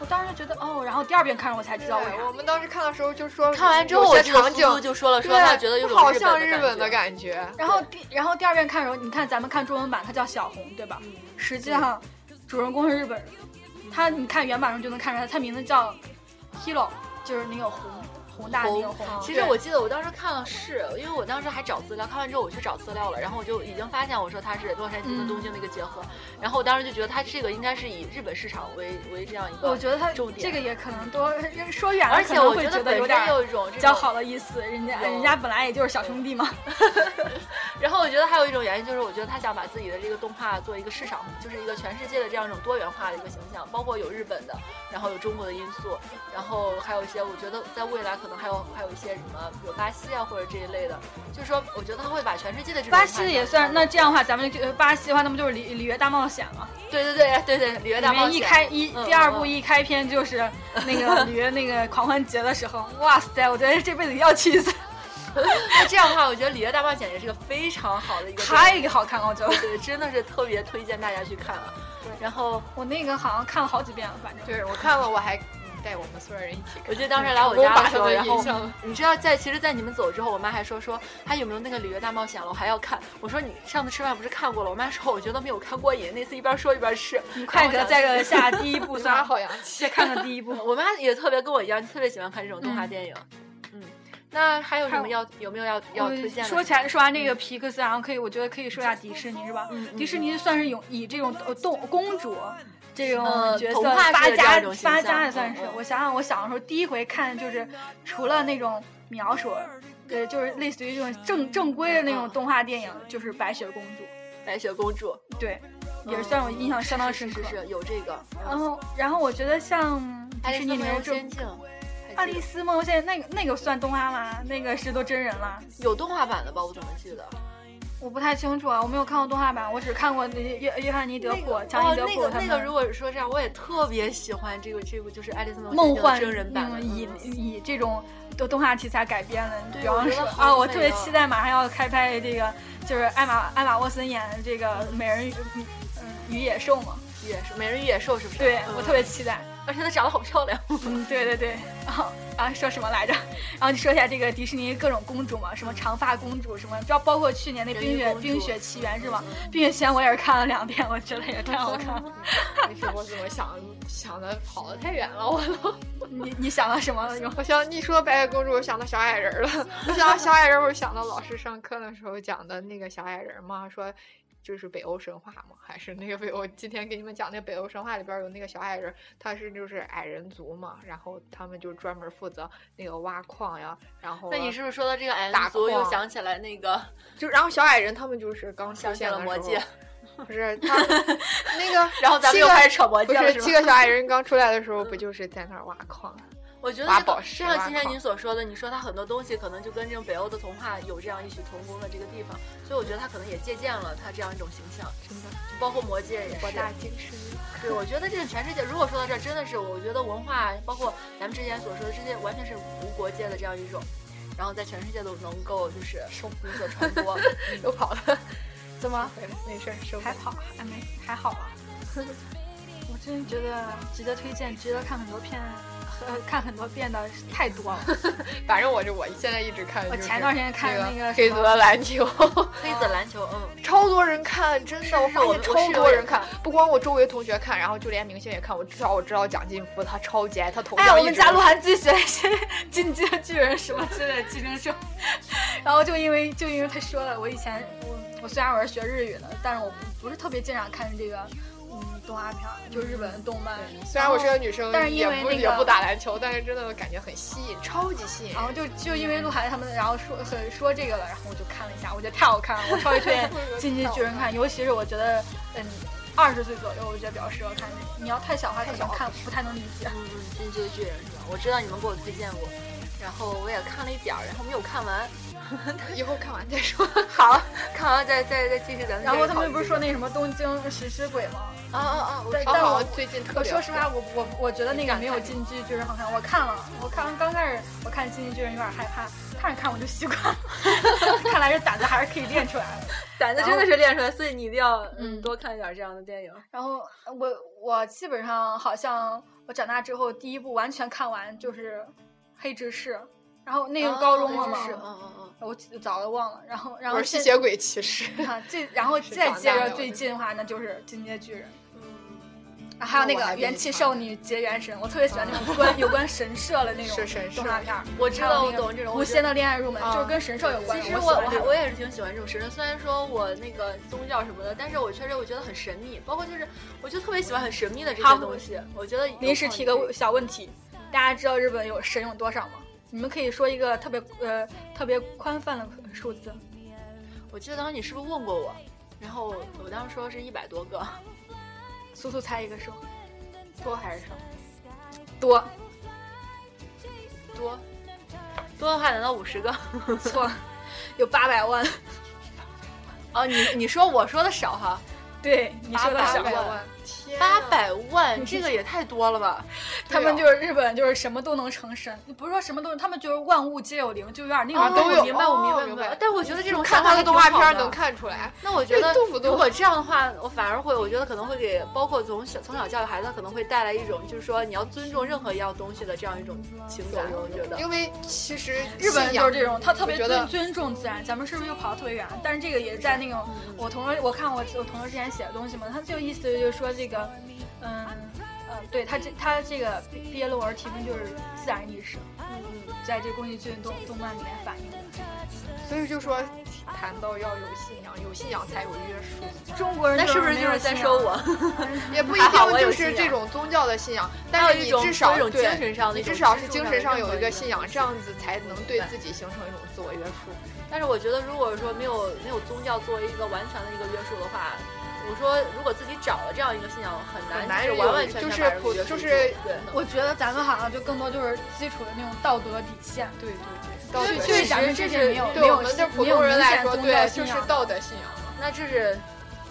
[SPEAKER 2] 我当时就觉得哦，然后第二遍看着我才知道为啥
[SPEAKER 3] 对，我们当时看的时候就说，
[SPEAKER 4] 看完之后，
[SPEAKER 3] 有
[SPEAKER 4] 我
[SPEAKER 3] 些
[SPEAKER 4] 这个
[SPEAKER 3] 场
[SPEAKER 4] 苏
[SPEAKER 3] 景
[SPEAKER 4] 苏就说了，说
[SPEAKER 3] 对
[SPEAKER 4] 他觉得有种
[SPEAKER 3] 好像
[SPEAKER 4] 日
[SPEAKER 3] 本
[SPEAKER 4] 的
[SPEAKER 3] 的
[SPEAKER 4] 感
[SPEAKER 3] 感觉。
[SPEAKER 2] 然后第然后第二遍看的时候，你看咱们看中文版，它叫小红，对吧？
[SPEAKER 4] 嗯
[SPEAKER 2] 实际上，主人公是日本人，他你看原版中就能看出来，他名字叫 Hiro，就是那个宏宏大的那个
[SPEAKER 4] 宏
[SPEAKER 2] 宏。
[SPEAKER 4] 觉。啊其实我记得我当时看了是，因为我当时还找资料，看完之后我去找资料了，然后我就已经发现我说它是洛杉矶跟
[SPEAKER 2] 嗯
[SPEAKER 4] 东京的一个结合，然后我当时就觉得它这个应该是以日本市场为为这样一个，
[SPEAKER 2] 我觉得他
[SPEAKER 4] 重点
[SPEAKER 2] 这个也可能多说远了，
[SPEAKER 4] 而
[SPEAKER 2] 可
[SPEAKER 4] 且
[SPEAKER 2] 能
[SPEAKER 4] 我
[SPEAKER 2] 会
[SPEAKER 4] 得
[SPEAKER 2] 觉
[SPEAKER 4] 本
[SPEAKER 2] 有
[SPEAKER 4] 身
[SPEAKER 2] 点
[SPEAKER 4] 有一种这
[SPEAKER 2] 比较
[SPEAKER 4] 种
[SPEAKER 2] 好的意思，人家
[SPEAKER 4] 有
[SPEAKER 2] 人家本来也就是小兄弟嘛。
[SPEAKER 4] 然后我觉得还有一种原因就是，我觉得他想把自己的这个动画做一个市场，就是一个全世界的这样一种多元化的一个形象，包括有日本的，然后有中国的因素，然后还有一些我觉得在未来可能还有还有一些什么，比如巴西啊或者这一类的，就是说我觉得他会把全世界的这种
[SPEAKER 2] 巴西
[SPEAKER 4] 文化
[SPEAKER 2] 也
[SPEAKER 4] 元素
[SPEAKER 2] 算，那这样的话，咱们就呃巴西的话，那不就是里里约大冒险吗？
[SPEAKER 4] 对对对对对，里约
[SPEAKER 2] 里
[SPEAKER 4] 大冒
[SPEAKER 2] 面
[SPEAKER 4] 险
[SPEAKER 2] 一开一
[SPEAKER 4] 嗯
[SPEAKER 2] 第二
[SPEAKER 4] 嗯
[SPEAKER 2] 部一开篇就是那个里约那个狂欢节的时候，哇塞，我觉得这辈子要去一次，
[SPEAKER 4] 那这样的话，我觉得里约大冒险也是个非常
[SPEAKER 2] [LAUGHS]
[SPEAKER 4] 好的一个电影，
[SPEAKER 2] 太好看了，我觉得。
[SPEAKER 4] 对，真的是特别推荐大家去看啊。然后
[SPEAKER 2] 我那个好像看了好几遍了，反正。
[SPEAKER 3] 对，我看了，我还嗯带我们所有人一起看。
[SPEAKER 4] 我记得当时来我家的时候，
[SPEAKER 3] 我把他的
[SPEAKER 4] 然后
[SPEAKER 3] 印象
[SPEAKER 4] 你知道在其实，在你们走之后，我妈还说说还有没有那个《里约大冒险》了，我还要看。我说你上次吃饭不是看过了？我妈说我觉得没有看过瘾，那次一边说一边 [LAUGHS] 吃。
[SPEAKER 2] 你快给他再给他下第一部
[SPEAKER 3] 我
[SPEAKER 2] 算
[SPEAKER 3] 妈
[SPEAKER 2] 了，
[SPEAKER 3] 好洋气，
[SPEAKER 2] 先看看第一部。
[SPEAKER 4] 我妈也特别跟我一样，特别喜欢看这种动画
[SPEAKER 2] 嗯
[SPEAKER 4] 电影。嗯，那还有什么
[SPEAKER 2] 还
[SPEAKER 4] 要有没有要要推荐的？
[SPEAKER 2] 说起来，说完这个皮克斯，然后可以，我觉得可以说一下迪士尼，是吧？
[SPEAKER 4] 嗯
[SPEAKER 2] 迪士尼算是有以这种呃动公主这种
[SPEAKER 4] 呃
[SPEAKER 2] 角色
[SPEAKER 4] 童话
[SPEAKER 2] 发
[SPEAKER 4] 式的这样
[SPEAKER 2] 家
[SPEAKER 4] 一种形
[SPEAKER 2] 发
[SPEAKER 4] 象
[SPEAKER 2] 家的，算是
[SPEAKER 4] 嗯。嗯
[SPEAKER 2] 我想想，我小的时候第一回看就是除了那种描述，呃，就是类似于这种正正规的那种
[SPEAKER 4] 嗯
[SPEAKER 2] 动画电影，就是《白雪公主
[SPEAKER 4] 白雪公主》，
[SPEAKER 2] 对，也是算我印象相当深刻
[SPEAKER 4] 是。是是有这个。嗯
[SPEAKER 2] 然后，然后我觉得像迪
[SPEAKER 4] 爱
[SPEAKER 2] 士
[SPEAKER 4] 丽丝
[SPEAKER 2] 尼里
[SPEAKER 4] 梦
[SPEAKER 2] 面
[SPEAKER 4] 游
[SPEAKER 2] 这种
[SPEAKER 4] 仙境，
[SPEAKER 2] 爱丽丝梦游仙境那个那个算动画吗？那个是都真人了。
[SPEAKER 4] 有动画版的吧？我怎么记得？
[SPEAKER 2] 我不太清楚啊，我没有看过动画版，我只看过那约约翰尼·德普、强尼·
[SPEAKER 4] 哦，
[SPEAKER 2] 德
[SPEAKER 4] 那
[SPEAKER 2] 普他
[SPEAKER 4] 个那
[SPEAKER 2] 们。
[SPEAKER 4] 个，如果说这样，我也特别喜欢这个这部就是《爱丽丝梦游仙
[SPEAKER 2] 梦
[SPEAKER 4] 境》
[SPEAKER 2] 幻
[SPEAKER 4] 真人版的
[SPEAKER 2] 嗯，以以这种动动画题材改编的，
[SPEAKER 4] 对
[SPEAKER 2] 比方
[SPEAKER 4] 我觉
[SPEAKER 2] 说
[SPEAKER 4] 得好
[SPEAKER 2] 啊，我
[SPEAKER 4] 美
[SPEAKER 2] 特别
[SPEAKER 4] 啊
[SPEAKER 2] 期待马上要开拍这个，就是艾玛艾玛沃森演的这个美人鱼嗯与野兽嘛，
[SPEAKER 4] 野兽美人鱼野兽是不是？
[SPEAKER 2] 对
[SPEAKER 4] 嗯
[SPEAKER 2] 我特别期待。
[SPEAKER 4] 而且她长得好漂 [LAUGHS] 亮。
[SPEAKER 2] 嗯，对对对，然后啊说什么来着？然后你说一下这个迪士尼各种公主嘛，什么长发公主什么，包包括去年那《
[SPEAKER 4] 人
[SPEAKER 2] 冰
[SPEAKER 4] 鱼
[SPEAKER 2] 雪
[SPEAKER 4] 公
[SPEAKER 2] 冰
[SPEAKER 4] 主
[SPEAKER 2] 雪奇缘》是吗？《冰雪奇缘》我也是看了两遍，我觉得也太好看了。
[SPEAKER 3] 你说我怎么想想的跑得太远了，我都。
[SPEAKER 2] 你你想到什么了？
[SPEAKER 3] [LAUGHS] 我想你说白雪公主，我想到小矮人 [LAUGHS] 儿了。我想到小矮人儿，我就想到老师上课的时候讲的那个小矮人儿嘛，说就是北欧神话嘛，还是那个北欧？今天给你们讲那北欧神话里边儿有那个小矮人儿，他是就是矮人族嘛，然后他们就专门负责那个挖矿呀，然后
[SPEAKER 4] 那你是不是说到这个矮
[SPEAKER 3] 打
[SPEAKER 4] 人族又
[SPEAKER 3] 框
[SPEAKER 4] 想起来那个
[SPEAKER 3] 就然后小矮人他们就是刚出
[SPEAKER 4] 想起
[SPEAKER 3] 现
[SPEAKER 4] 了
[SPEAKER 3] 的时
[SPEAKER 4] 魔
[SPEAKER 3] 候，
[SPEAKER 4] 戒，
[SPEAKER 3] 不是他那个，
[SPEAKER 4] [LAUGHS] 然后咱们又开始扯魔
[SPEAKER 3] 不
[SPEAKER 4] 戒了，
[SPEAKER 3] 是
[SPEAKER 4] 是
[SPEAKER 3] 七
[SPEAKER 4] 吗？
[SPEAKER 3] 个小矮人刚出来的时候，不就是在那儿挖矿？
[SPEAKER 4] 我觉得
[SPEAKER 3] 挖
[SPEAKER 4] 这个
[SPEAKER 3] 宝石
[SPEAKER 4] 就像
[SPEAKER 3] 挖
[SPEAKER 4] 今天
[SPEAKER 3] 矿
[SPEAKER 4] 您所说的，你说它很多东西可能就跟这种北欧的童话有这样异曲同工的这个地方，所以我觉得它可能也借鉴了它这样一种形象，
[SPEAKER 3] 真的，
[SPEAKER 4] 就包括魔戒也
[SPEAKER 3] 博
[SPEAKER 4] 是。
[SPEAKER 3] 大精深。
[SPEAKER 4] 对，我觉得这个全世界，如果说到这儿，真的是我觉得文化，包括咱们之前所说的这些，完全是无国界的这样一种，然后在全世界都能够就是 [LAUGHS] 有所传播。
[SPEAKER 3] 嗯又跑了，怎么？没事儿，收回
[SPEAKER 2] 还好，还没还好吧。我真的觉得值得推荐，值得看很多片，呃，看很多遍的太多了。
[SPEAKER 3] 反正我是我现在一直看，
[SPEAKER 2] 我前段时间看那
[SPEAKER 3] 个
[SPEAKER 2] 个
[SPEAKER 3] 《黑
[SPEAKER 2] 什
[SPEAKER 3] 子
[SPEAKER 2] 么
[SPEAKER 3] 的篮球》，
[SPEAKER 4] 黑子篮球，嗯，
[SPEAKER 3] [LAUGHS] 超多人看，真
[SPEAKER 4] 是
[SPEAKER 3] 的，我
[SPEAKER 4] 是
[SPEAKER 3] 发
[SPEAKER 4] 我
[SPEAKER 3] 现
[SPEAKER 4] 我是
[SPEAKER 3] 超
[SPEAKER 4] 有
[SPEAKER 3] 多
[SPEAKER 4] 点
[SPEAKER 3] 人看，不光我周围同学看，然后就连明星也看。我至少我知道蒋劲夫他超级爱，他头
[SPEAKER 2] 哎，
[SPEAKER 3] 像
[SPEAKER 2] 我
[SPEAKER 3] 一
[SPEAKER 2] 们
[SPEAKER 3] 直
[SPEAKER 2] 家鹿晗最喜欢是《进击的巨人》什么之类的寄生兽， [LAUGHS] 然后就因为就因为他说了，我以前我我虽然我是学日语的，但是我不不是特别经常看这个嗯动画片儿，就日本的动漫。
[SPEAKER 3] 虽然我是个女
[SPEAKER 4] 哦
[SPEAKER 3] 生，
[SPEAKER 2] 但是因
[SPEAKER 3] 也
[SPEAKER 2] 为
[SPEAKER 3] 不
[SPEAKER 2] 那
[SPEAKER 3] 也
[SPEAKER 2] 个
[SPEAKER 3] 不打篮球，但是真的感觉很吸引，超级吸引
[SPEAKER 4] 哦
[SPEAKER 2] 然。后就就因为鹿晗他们，然后说很说这个了，然后我就看了一下，我觉得太好看了，我超级推荐《进击的巨人》看，尤其是我觉得，嗯，二十岁左右，我觉得比较适合看这个。你要太小的话，可能看不太能理解。
[SPEAKER 4] 嗯，进击的巨人是吧？我知道你们给我推荐过，然后我也看了一点儿，然后没有看
[SPEAKER 2] [LAUGHS]
[SPEAKER 4] 完。
[SPEAKER 3] [LAUGHS] 以后看完再说。
[SPEAKER 4] 好，看完再再再继续咱们。
[SPEAKER 2] 然后他们不是说那什么东京食尸鬼吗？
[SPEAKER 4] 啊啊啊！我
[SPEAKER 2] 但
[SPEAKER 3] 好
[SPEAKER 2] 但
[SPEAKER 3] 好
[SPEAKER 2] 我
[SPEAKER 3] 最近特
[SPEAKER 2] 我
[SPEAKER 3] 别
[SPEAKER 2] 说实
[SPEAKER 3] 火
[SPEAKER 2] 话，我我我觉得那个没有《进击的巨人》好看。我看了，我看刚开始我看《进击的巨人》有点害怕，看着看我就习惯了。 [LAUGHS] 看来这胆子还是可以练出来的。
[SPEAKER 4] 胆子真的是练出来，所以你一定要嗯哦
[SPEAKER 2] 嗯
[SPEAKER 4] 多看一点这样的电影。
[SPEAKER 2] 然后我我基本上好像我长大之后第一部完全看完就是《黑执事》，然后那
[SPEAKER 3] 哦
[SPEAKER 2] 个高中了嘛，
[SPEAKER 4] 是，嗯嗯嗯。
[SPEAKER 2] 我早都忘了。然后然
[SPEAKER 3] 我
[SPEAKER 2] 后
[SPEAKER 3] 是吸
[SPEAKER 2] 现
[SPEAKER 3] 血鬼骑
[SPEAKER 4] [LAUGHS]
[SPEAKER 3] 士。
[SPEAKER 2] 啊最然后
[SPEAKER 3] 是
[SPEAKER 2] 再
[SPEAKER 3] 长
[SPEAKER 2] 接
[SPEAKER 3] 大
[SPEAKER 2] 着
[SPEAKER 3] 了
[SPEAKER 2] 最
[SPEAKER 3] 我就
[SPEAKER 2] 近的话，那就是《进击的巨人》。
[SPEAKER 4] 嗯
[SPEAKER 2] 啊，还有那
[SPEAKER 3] 那我还
[SPEAKER 2] 个
[SPEAKER 3] 没
[SPEAKER 2] 元气
[SPEAKER 3] 看
[SPEAKER 2] 少女结元神，我特别喜欢那种 [LAUGHS] 关有关神社的那种
[SPEAKER 3] 是神社
[SPEAKER 2] 动画片儿。
[SPEAKER 4] 我知道，我懂这种。
[SPEAKER 2] 无
[SPEAKER 4] 我觉得
[SPEAKER 2] 限的恋爱入门，
[SPEAKER 3] 啊
[SPEAKER 2] 就是跟神社有关。
[SPEAKER 4] 其实
[SPEAKER 2] 我
[SPEAKER 4] 我
[SPEAKER 2] 喜欢
[SPEAKER 4] 我
[SPEAKER 2] 这
[SPEAKER 4] 还
[SPEAKER 2] 种
[SPEAKER 4] 我也是挺喜欢这种神社，虽然说我那个宗教什么的，但是我确实我觉得很神秘，包括就是我就特别喜欢很神秘的这些
[SPEAKER 2] 好
[SPEAKER 4] 东西。我觉得有
[SPEAKER 2] 临时
[SPEAKER 4] 空
[SPEAKER 2] 提
[SPEAKER 4] 你可
[SPEAKER 2] 个小问题，大家知道日本有神有多少吗？你们可以说一个特别呃特别宽泛的数字，
[SPEAKER 4] 以，我记得当时你是不是问过我，然后我当时说是一百多个，
[SPEAKER 2] 苏苏猜一个数，
[SPEAKER 3] 多还是少？
[SPEAKER 2] 多
[SPEAKER 4] 多多的话难道五十个？
[SPEAKER 2] 错， [LAUGHS] 有八百万，
[SPEAKER 4] 哦，你你说我说的少
[SPEAKER 3] [LAUGHS]
[SPEAKER 4] 哈，
[SPEAKER 2] 对你说的
[SPEAKER 4] 八
[SPEAKER 3] 八
[SPEAKER 2] 少
[SPEAKER 4] 百
[SPEAKER 3] 百
[SPEAKER 4] 万
[SPEAKER 3] 万，天
[SPEAKER 4] 八
[SPEAKER 3] 啊
[SPEAKER 4] 百
[SPEAKER 3] [LAUGHS]
[SPEAKER 4] 万这个也太多了吧？
[SPEAKER 2] 他们就是日本就是什么都能成神，不是说什么都，他们就是万物皆有灵，就有点那
[SPEAKER 4] 哦
[SPEAKER 2] 种
[SPEAKER 3] 都有
[SPEAKER 4] 我明白，我明白，
[SPEAKER 3] 哦
[SPEAKER 4] 明
[SPEAKER 3] 明
[SPEAKER 4] 白
[SPEAKER 3] 白。
[SPEAKER 4] 但我觉得这种
[SPEAKER 3] 看
[SPEAKER 4] 想
[SPEAKER 3] 他的
[SPEAKER 4] 法还挺
[SPEAKER 3] 动画
[SPEAKER 4] 好
[SPEAKER 3] 片儿
[SPEAKER 4] 的
[SPEAKER 3] 能看出来。
[SPEAKER 4] 那我觉得
[SPEAKER 3] 这 [LAUGHS] 动不，动
[SPEAKER 4] 如果这样的话，我反而会，我觉得可能会给，包括从小从小教育孩子，可能会带来一种，就是说你要尊重任何一样东西的这样一种情感。我觉
[SPEAKER 3] [LAUGHS]
[SPEAKER 4] 得，
[SPEAKER 3] 因为其实
[SPEAKER 2] 日本
[SPEAKER 3] 信
[SPEAKER 2] 就
[SPEAKER 3] 仰
[SPEAKER 2] 是这种，他特别
[SPEAKER 3] 我觉得
[SPEAKER 2] 尊尊重自然。咱们是不是又跑得特别远？但是这个也在那种
[SPEAKER 4] 嗯
[SPEAKER 2] 我同事，我看我我同事之前写的东西嘛，他就意思就是说这个，嗯呃，对他这他这个毕业论文题目就是自然意识，
[SPEAKER 4] 嗯，
[SPEAKER 2] 在这宫崎骏动动漫里面反映的。
[SPEAKER 3] 所以就说，谈到要有信仰，有信仰才有约束，
[SPEAKER 2] 中国人
[SPEAKER 4] 那是不是就是在说我？
[SPEAKER 3] [LAUGHS] 也不一
[SPEAKER 4] 嗯还好
[SPEAKER 3] 定
[SPEAKER 4] 我有
[SPEAKER 3] 就
[SPEAKER 4] 信
[SPEAKER 3] 是
[SPEAKER 4] 仰
[SPEAKER 3] 这种宗教的信仰，
[SPEAKER 4] 还
[SPEAKER 3] 但
[SPEAKER 4] 有
[SPEAKER 3] 是
[SPEAKER 4] 一
[SPEAKER 3] 你
[SPEAKER 4] 种
[SPEAKER 3] 至少
[SPEAKER 4] 有一种精
[SPEAKER 3] 对，
[SPEAKER 4] 神上的
[SPEAKER 3] 你
[SPEAKER 4] 一种
[SPEAKER 3] 至
[SPEAKER 4] 支柱的，
[SPEAKER 3] 少是精神上有
[SPEAKER 4] 任何
[SPEAKER 3] 一个信仰，这样子才能对
[SPEAKER 4] 对
[SPEAKER 3] 自己形成一种自我约束。
[SPEAKER 4] 但是我觉得，如果说没有没有宗教作为一个完全的一个约束的话，我说如果自己找了这样一个信仰，很难
[SPEAKER 3] 很难
[SPEAKER 4] 就是
[SPEAKER 3] 有
[SPEAKER 4] 完完全
[SPEAKER 3] 就
[SPEAKER 4] 全
[SPEAKER 3] 是
[SPEAKER 4] 把人
[SPEAKER 3] 普
[SPEAKER 4] 约束
[SPEAKER 3] 就
[SPEAKER 4] 住
[SPEAKER 3] 是
[SPEAKER 4] 对。
[SPEAKER 2] 我觉得咱们好像就更多就是基础的那种道德底线。
[SPEAKER 3] 对对对，道德
[SPEAKER 4] 对
[SPEAKER 3] 信
[SPEAKER 2] 就
[SPEAKER 3] 仰
[SPEAKER 2] 是咱们这
[SPEAKER 4] 这是
[SPEAKER 2] 些没有没
[SPEAKER 3] 对我
[SPEAKER 2] 有
[SPEAKER 3] 们这普
[SPEAKER 2] 没有
[SPEAKER 3] 通人
[SPEAKER 2] 明
[SPEAKER 3] 来
[SPEAKER 2] 显
[SPEAKER 3] 说，
[SPEAKER 2] 宗教
[SPEAKER 3] 对，
[SPEAKER 2] 信
[SPEAKER 3] 就是
[SPEAKER 2] 仰
[SPEAKER 3] 道德信仰。
[SPEAKER 4] 那这是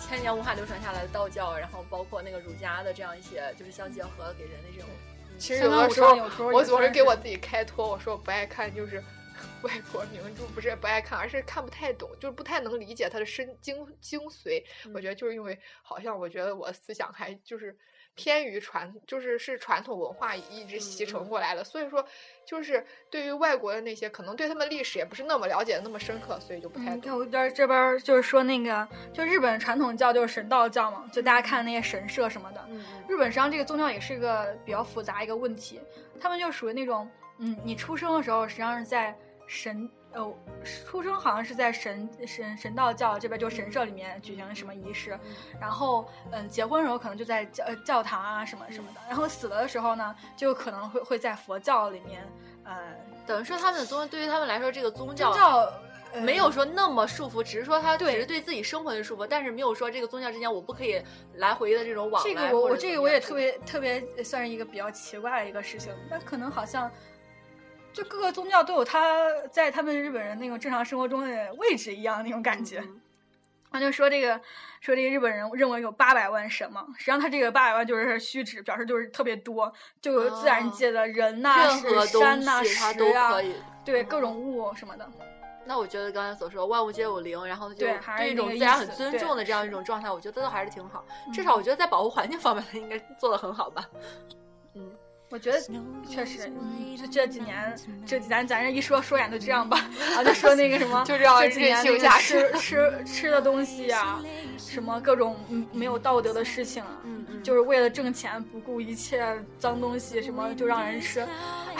[SPEAKER 4] 千年文化流传下来的道教，然后包括那个儒家的这样一些，就是相结合给人的这种。
[SPEAKER 3] 其实
[SPEAKER 2] 三
[SPEAKER 3] 有
[SPEAKER 2] 纲
[SPEAKER 3] 的
[SPEAKER 2] 五
[SPEAKER 3] 时
[SPEAKER 2] 常
[SPEAKER 3] 候，
[SPEAKER 2] 有时候
[SPEAKER 3] 我
[SPEAKER 2] 也
[SPEAKER 3] 总是
[SPEAKER 2] 算
[SPEAKER 3] 给我自己开脱，我说我不爱看就是 [LAUGHS] 外国名著，不是不爱看，而是看不太懂，就是不太能理解它的深精精髓。我觉得就是因为好像我觉得我思想还就是偏于传，就是是传统文化一直习
[SPEAKER 4] 嗯
[SPEAKER 3] 成过来的，所以说就是对于外国的那些，可能对他们历史也不是那么了解的那么深刻，所以就不太
[SPEAKER 2] 嗯，
[SPEAKER 3] 懂。
[SPEAKER 2] 看我这边这边儿就是说那个，就日本传统教就是神道教嘛，就大家看那些神社什么的。
[SPEAKER 4] 嗯，
[SPEAKER 2] 日本实际上这个宗教也是一个比较复杂一个问题，他们就属于那种，嗯，你出生的时候实际上是在神呃，出生好像是在神神神道教这边就神社里面举行什么仪式，然后嗯，结婚的时候可能就在教呃教堂啊什么什么的，然后死了的时候呢，就可能会会在佛教里面，呃，
[SPEAKER 4] 等于说他们的宗对于他们来说，这个宗
[SPEAKER 2] 宗
[SPEAKER 4] 教
[SPEAKER 2] 教。呃
[SPEAKER 4] 没有说那么束缚，只是说他只
[SPEAKER 2] 对
[SPEAKER 4] 是对自己生活的束缚，但是没有说这个宗教之间我不可以来回的这种往
[SPEAKER 2] 这
[SPEAKER 4] 来。
[SPEAKER 2] 个我
[SPEAKER 4] 或
[SPEAKER 2] 我
[SPEAKER 4] 者
[SPEAKER 2] 这
[SPEAKER 4] 怎
[SPEAKER 2] 个
[SPEAKER 4] 么
[SPEAKER 2] 我
[SPEAKER 4] 样
[SPEAKER 2] 也特别特别呃算是一个比较奇怪的一个事情，但可能好像就各个宗教都有它在他们日本人那种正常生活中的位置一样的那种感觉。
[SPEAKER 4] 嗯
[SPEAKER 2] 他就说这个说这个日本人认为有八百万神嘛，实际上他这个八百万就是虚指，表示就是特别多，就有自然
[SPEAKER 4] 哦
[SPEAKER 2] 界的人呐、
[SPEAKER 4] 任何
[SPEAKER 2] 是山呐、
[SPEAKER 4] 东西它
[SPEAKER 2] 石
[SPEAKER 4] 都
[SPEAKER 2] 啊
[SPEAKER 4] 可，以。
[SPEAKER 2] 对各种物什么的。
[SPEAKER 4] 那我觉得刚才所说万物皆有灵，然后就
[SPEAKER 2] 对还是
[SPEAKER 4] 对一种
[SPEAKER 2] 那个
[SPEAKER 4] 自然
[SPEAKER 2] 意
[SPEAKER 4] 很
[SPEAKER 2] 思
[SPEAKER 4] 尊
[SPEAKER 2] 对嗯
[SPEAKER 4] 重的这样一种状态，我觉得还是挺好。至少我觉得在保护环境方面，他应该做的很好吧。
[SPEAKER 2] 我觉得确实，嗯，就这几年，这几咱咱这一说说远就这样吧，啊，就说那个什么，
[SPEAKER 3] 就这样
[SPEAKER 2] 几年
[SPEAKER 3] 任性
[SPEAKER 2] 那个
[SPEAKER 3] 下
[SPEAKER 2] 吃吃吃的东西啊，什么各种嗯没有道德的事情啊，
[SPEAKER 4] 嗯 [LAUGHS] 嗯
[SPEAKER 2] 就是为了挣钱不顾一切脏东西什么就让人吃，哎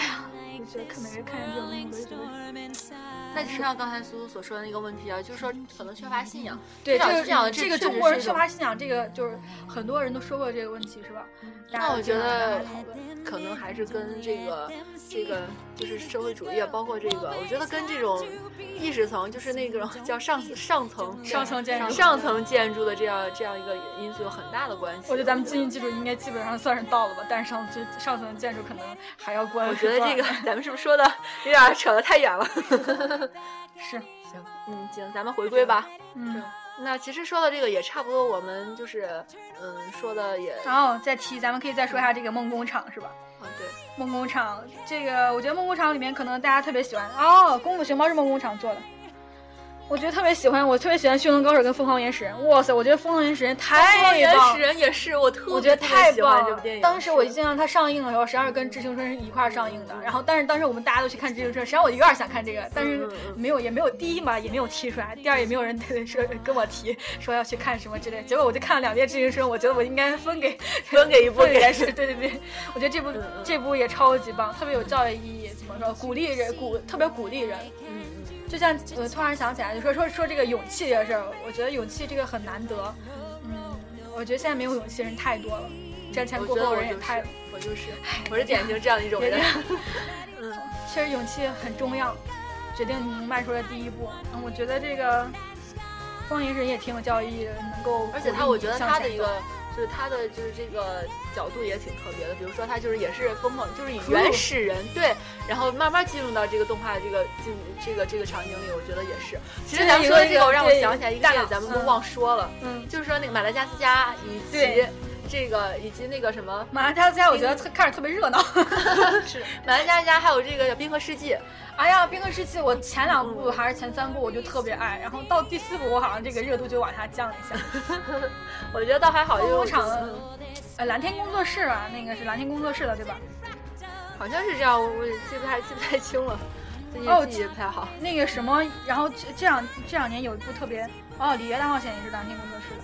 [SPEAKER 2] 呀，我觉得可能是看见这种东西我就觉得，
[SPEAKER 4] 那就像刚才苏苏所说的那个问题啊，就是说可能缺乏信仰。
[SPEAKER 2] 对，
[SPEAKER 4] 这
[SPEAKER 2] 这
[SPEAKER 4] 种信仰
[SPEAKER 2] 个
[SPEAKER 4] 这
[SPEAKER 2] 这个
[SPEAKER 4] 确实
[SPEAKER 2] 中国
[SPEAKER 4] 是
[SPEAKER 2] 人
[SPEAKER 4] 一
[SPEAKER 2] 缺
[SPEAKER 4] 种
[SPEAKER 2] 乏信仰，这个就是很多人都说过这个问题是吧？大家
[SPEAKER 4] 那我
[SPEAKER 2] 都
[SPEAKER 4] 觉
[SPEAKER 2] 经常拿
[SPEAKER 4] 得
[SPEAKER 2] 来讨论
[SPEAKER 4] 可能还是跟这个这个就是社会主义啊，包括这个，我觉得跟这种意识层，就是那种叫上上层
[SPEAKER 2] 上层建筑
[SPEAKER 4] 上层建筑的这样这样一个因素有很大的关系。
[SPEAKER 2] 我觉得咱们经济基础应该基本上算是到了吧，但是上最上层建筑可能还要关。
[SPEAKER 4] 我觉得这个咱们是不是说的有点扯得太远了？ [LAUGHS]
[SPEAKER 2] 是，
[SPEAKER 4] 嗯，行，咱们回归吧。
[SPEAKER 2] 嗯，
[SPEAKER 4] 那其实说到这个也差不多，我们就是嗯说的也
[SPEAKER 2] 然后再提，咱们可以再说一下这个梦工厂是吧？
[SPEAKER 4] 嗯对，
[SPEAKER 2] 梦工厂这个，我觉得梦工厂里面可能大家特别喜欢哦，《功夫熊猫》是梦工厂做的，我觉得特别喜欢，我特别喜欢《驯龙高手》跟《疯狂原始人》。哇塞，我觉得《疯哎狂原始人》
[SPEAKER 4] 光
[SPEAKER 2] 太
[SPEAKER 4] 原
[SPEAKER 2] 棒
[SPEAKER 4] 始
[SPEAKER 2] 了。
[SPEAKER 4] 人也是我特别
[SPEAKER 2] 我觉得
[SPEAKER 4] 特别
[SPEAKER 2] 太
[SPEAKER 4] 喜
[SPEAKER 2] 棒
[SPEAKER 4] 欢
[SPEAKER 2] 了！
[SPEAKER 4] 这部电影。
[SPEAKER 2] 当时我
[SPEAKER 4] 是嗯
[SPEAKER 2] 印象它上映的时候，实际上是跟《致青春》是一块儿上映的。然后，但是当时我们大家都去看《致青春》，实际上我有点想看这个，但是
[SPEAKER 4] 嗯嗯
[SPEAKER 2] 没有，也没有第一嘛，也没有提出来，第二也没有人 [LAUGHS] 说跟我提说要去看什么之类的。结果我就看了两遍《致青春》，我觉得我应该分给
[SPEAKER 4] 分给一 [LAUGHS] 部
[SPEAKER 2] 分给
[SPEAKER 4] 给
[SPEAKER 2] 人是对对对，我觉得这部
[SPEAKER 4] 嗯嗯
[SPEAKER 2] 这部也超级棒，特别有教育意义，怎么说，鼓励人鼓特别鼓励人。
[SPEAKER 4] 嗯嗯。
[SPEAKER 2] 就像我突然想起来，就说说说这个勇气这个事儿，我觉得勇气这个很难得。嗯，我觉得现在没有勇气的人太多了，瞻前
[SPEAKER 4] 我
[SPEAKER 2] 顾
[SPEAKER 4] 觉得
[SPEAKER 2] 后
[SPEAKER 4] 我
[SPEAKER 2] 人也
[SPEAKER 4] 就
[SPEAKER 2] 太哎
[SPEAKER 4] 是，我就是，我是典型这样的一种
[SPEAKER 2] 别这
[SPEAKER 4] 人。
[SPEAKER 2] 样。
[SPEAKER 4] 嗯，
[SPEAKER 2] 确实勇气很重要，决定你迈出的第一步。嗯，我觉得这个方言人也挺有教育意义的，能够
[SPEAKER 4] 而且
[SPEAKER 2] 鼓
[SPEAKER 4] 他，
[SPEAKER 2] 励
[SPEAKER 4] 我
[SPEAKER 2] 你
[SPEAKER 4] 觉得
[SPEAKER 2] 向
[SPEAKER 4] 他的
[SPEAKER 2] 前
[SPEAKER 4] 一
[SPEAKER 2] 走
[SPEAKER 4] 个就是他的就是这个角度也挺特别的，比如说他就是也是疯狂，就是以
[SPEAKER 2] Crew
[SPEAKER 4] 原始人对，然后慢慢进入到这个动画这个进这个这个场景里，我觉得也是。其实
[SPEAKER 2] 这
[SPEAKER 4] 咱们
[SPEAKER 2] 有
[SPEAKER 4] 说的
[SPEAKER 2] 一
[SPEAKER 4] 这
[SPEAKER 2] 个
[SPEAKER 4] 个让我
[SPEAKER 2] 对
[SPEAKER 4] 想起来一个
[SPEAKER 2] 大
[SPEAKER 4] 电影，
[SPEAKER 2] 脑
[SPEAKER 4] 咱们都
[SPEAKER 2] 嗯
[SPEAKER 4] 忘说了，
[SPEAKER 2] 嗯。
[SPEAKER 4] 就是说那个马达加斯加以及
[SPEAKER 2] 对
[SPEAKER 4] 这个以及那个什么
[SPEAKER 2] 马达加斯加，我觉得特看着特别热闹。
[SPEAKER 4] 是马达加斯加，还有这个冰河世纪，
[SPEAKER 2] 哎呀，《冰河世纪》我前两部还是前三部我就特别爱，然后到第四部我好像这个热度就往下降了一下。
[SPEAKER 4] 我觉得倒还好，因为
[SPEAKER 2] 工
[SPEAKER 4] 我觉
[SPEAKER 2] 厂
[SPEAKER 4] 得
[SPEAKER 2] 的，呃，蓝天工作室啊，那个是蓝天工作室的对吧？
[SPEAKER 4] 好像是这样，我我也记不太记不太清了， [LAUGHS] 最近
[SPEAKER 2] 哦
[SPEAKER 4] 记忆不太好。
[SPEAKER 2] 那个什么，然后这这两这两年有一部特别，哦，《里约大冒险》也是蓝天工作室的。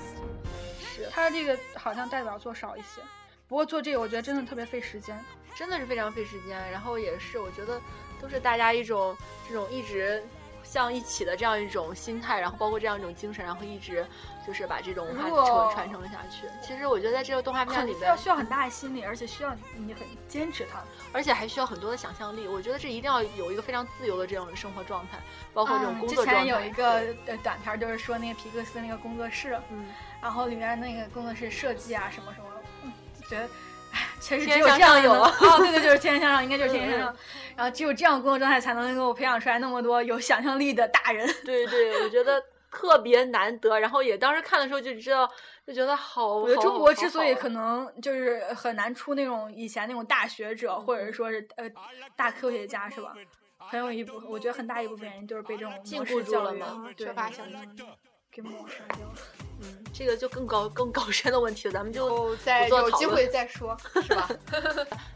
[SPEAKER 4] 是
[SPEAKER 2] 他这个好像代表作少一些，不过做这个我觉得真的特别费时间。
[SPEAKER 4] 真的是非常费时间，然后也是我觉得都是大家一种这种一直向一起的这样一种心态，然后包括这样一种精神，然后一直就是把这种文
[SPEAKER 2] 如
[SPEAKER 4] 化
[SPEAKER 2] 果
[SPEAKER 4] 传传承下去。其实我觉得在这个动画片
[SPEAKER 2] 很
[SPEAKER 4] 里
[SPEAKER 2] 需要
[SPEAKER 4] 边，
[SPEAKER 2] 需要很大的心力，而且需要你很坚持它。
[SPEAKER 4] 而且还需要很多的想象力。我觉得这一定要有一个非常自由的这种生活状态，包括这种
[SPEAKER 2] 嗯
[SPEAKER 4] 工
[SPEAKER 2] 之
[SPEAKER 4] 作状态。
[SPEAKER 2] 前有一个呃短片，就是说那个皮克斯那个工作室，
[SPEAKER 4] 嗯，
[SPEAKER 2] 然后里面那个工作室设计啊什么什么，嗯，觉得唉其实只
[SPEAKER 4] 天
[SPEAKER 2] 有
[SPEAKER 4] 向
[SPEAKER 2] 这样
[SPEAKER 4] 上有 [LAUGHS]
[SPEAKER 2] 能
[SPEAKER 4] 啊
[SPEAKER 2] 哦，对对，就是天天向上，应该就是天天向
[SPEAKER 4] 嗯
[SPEAKER 2] 上。然后只有这样的工作状态，才能给我培养出来那么多有想象力的大人。
[SPEAKER 4] 对对，我觉得特别难得。然后也当时看的时候就知道，就觉得好。
[SPEAKER 2] 我觉得
[SPEAKER 4] 好
[SPEAKER 2] 中
[SPEAKER 4] 好
[SPEAKER 2] 国
[SPEAKER 4] 好
[SPEAKER 2] 之所以
[SPEAKER 4] 哦好啊
[SPEAKER 2] 可能就是很难出那种以前那种大学者，
[SPEAKER 4] 嗯
[SPEAKER 2] 或者说是呃大科学家，是吧？很有一部，我觉得很大一部分原因就是被这种
[SPEAKER 4] 禁
[SPEAKER 2] 模
[SPEAKER 4] 锢
[SPEAKER 2] 式
[SPEAKER 4] 住
[SPEAKER 2] 教
[SPEAKER 4] 了
[SPEAKER 2] 育
[SPEAKER 4] 嘛
[SPEAKER 2] 对
[SPEAKER 3] 缺乏想象
[SPEAKER 2] 嗯给抹杀掉了。
[SPEAKER 4] 嗯，这个就更高更高深的问题了，咱们就
[SPEAKER 3] 哦，再
[SPEAKER 4] 不做
[SPEAKER 3] 有
[SPEAKER 4] 讨
[SPEAKER 3] 机
[SPEAKER 4] 论
[SPEAKER 3] 会再说，是吧？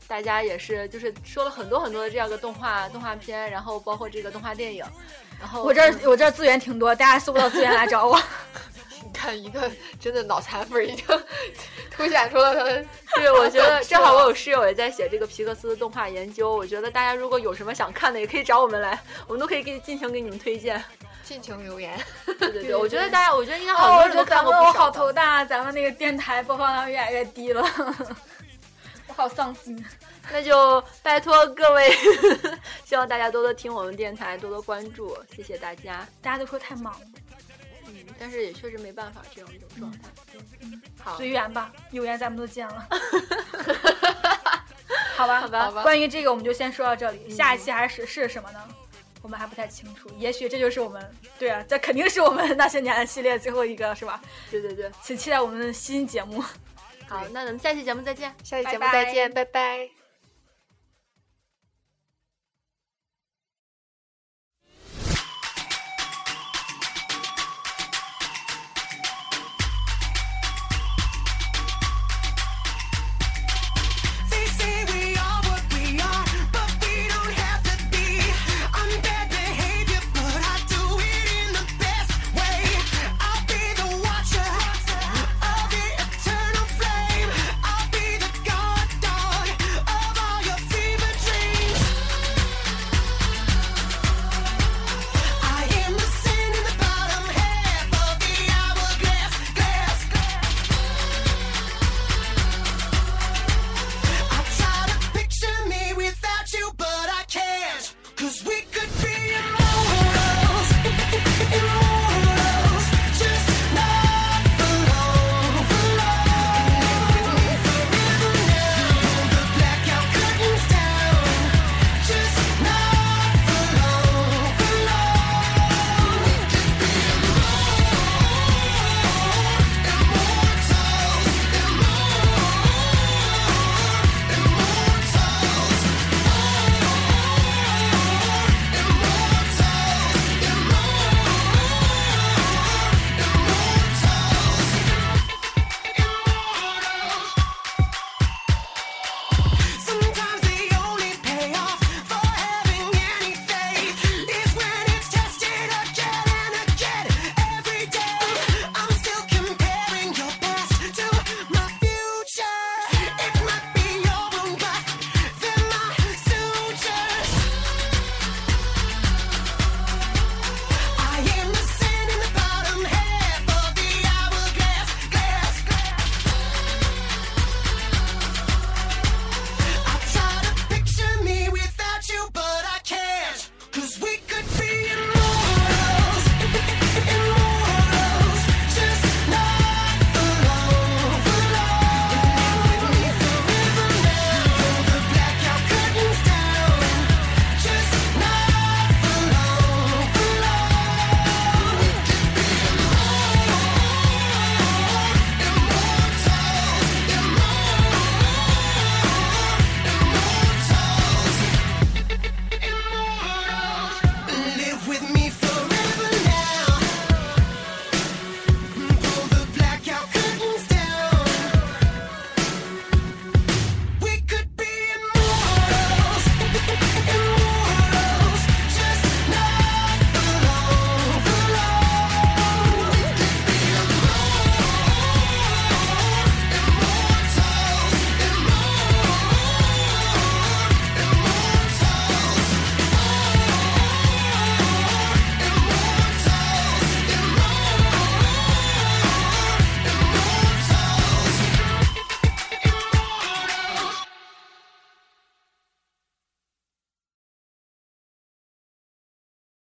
[SPEAKER 4] 大家也是就是说了很多很多的这样的动画动画片，然后包括这个动画电影，然后
[SPEAKER 2] 我这儿我这儿资源挺多，大家搜不到资源来找我。
[SPEAKER 3] 你看一个真的脑残粉儿已经 [LAUGHS] 凸显出了他的
[SPEAKER 4] [LAUGHS] 对，我觉
[SPEAKER 2] [LAUGHS]
[SPEAKER 4] 得正
[SPEAKER 2] 啊
[SPEAKER 4] 好我有室友也在写这个皮克斯的动画研究，我觉得大家如果有什么想看的，也可以找我们来，我们都可以给尽情给你们推荐。
[SPEAKER 3] 尽情留言。
[SPEAKER 4] 对对
[SPEAKER 2] 对
[SPEAKER 4] 对，我觉得
[SPEAKER 2] 对
[SPEAKER 4] 大家，我觉得应该好
[SPEAKER 2] [LAUGHS] 哦，
[SPEAKER 4] 多
[SPEAKER 2] 我
[SPEAKER 4] 人
[SPEAKER 2] 觉
[SPEAKER 4] 都
[SPEAKER 2] 得
[SPEAKER 4] 看
[SPEAKER 2] 咱
[SPEAKER 4] 过
[SPEAKER 2] 们
[SPEAKER 4] 不
[SPEAKER 2] 我
[SPEAKER 4] 少
[SPEAKER 2] 好
[SPEAKER 4] 吧
[SPEAKER 2] 头大，咱们那个电台播放量越来越低了， [LAUGHS] 我好丧心。
[SPEAKER 4] [LAUGHS] 那就拜托各位， [LAUGHS] 希望大家多多听我们电台，多多关注，谢谢大家。
[SPEAKER 2] 大家都说太忙了，
[SPEAKER 4] 嗯，但是也确实没办法这样一种状态。好
[SPEAKER 2] 随，缘吧，有缘咱们都见 [LAUGHS] 了。好吧，嗯
[SPEAKER 4] 好吧
[SPEAKER 2] 关于这个我们就先说到这里，下一期还是是什么呢？我们还不太清楚，也许这就是我们对啊，这肯定是我们 [LAUGHS] 那些年的系列最后一个，是吧？
[SPEAKER 4] 对对对，
[SPEAKER 2] 请期待我们的新节目。
[SPEAKER 4] 好，那咱们下期节目再见。
[SPEAKER 3] 下期节目
[SPEAKER 2] 拜拜
[SPEAKER 3] 再见，拜拜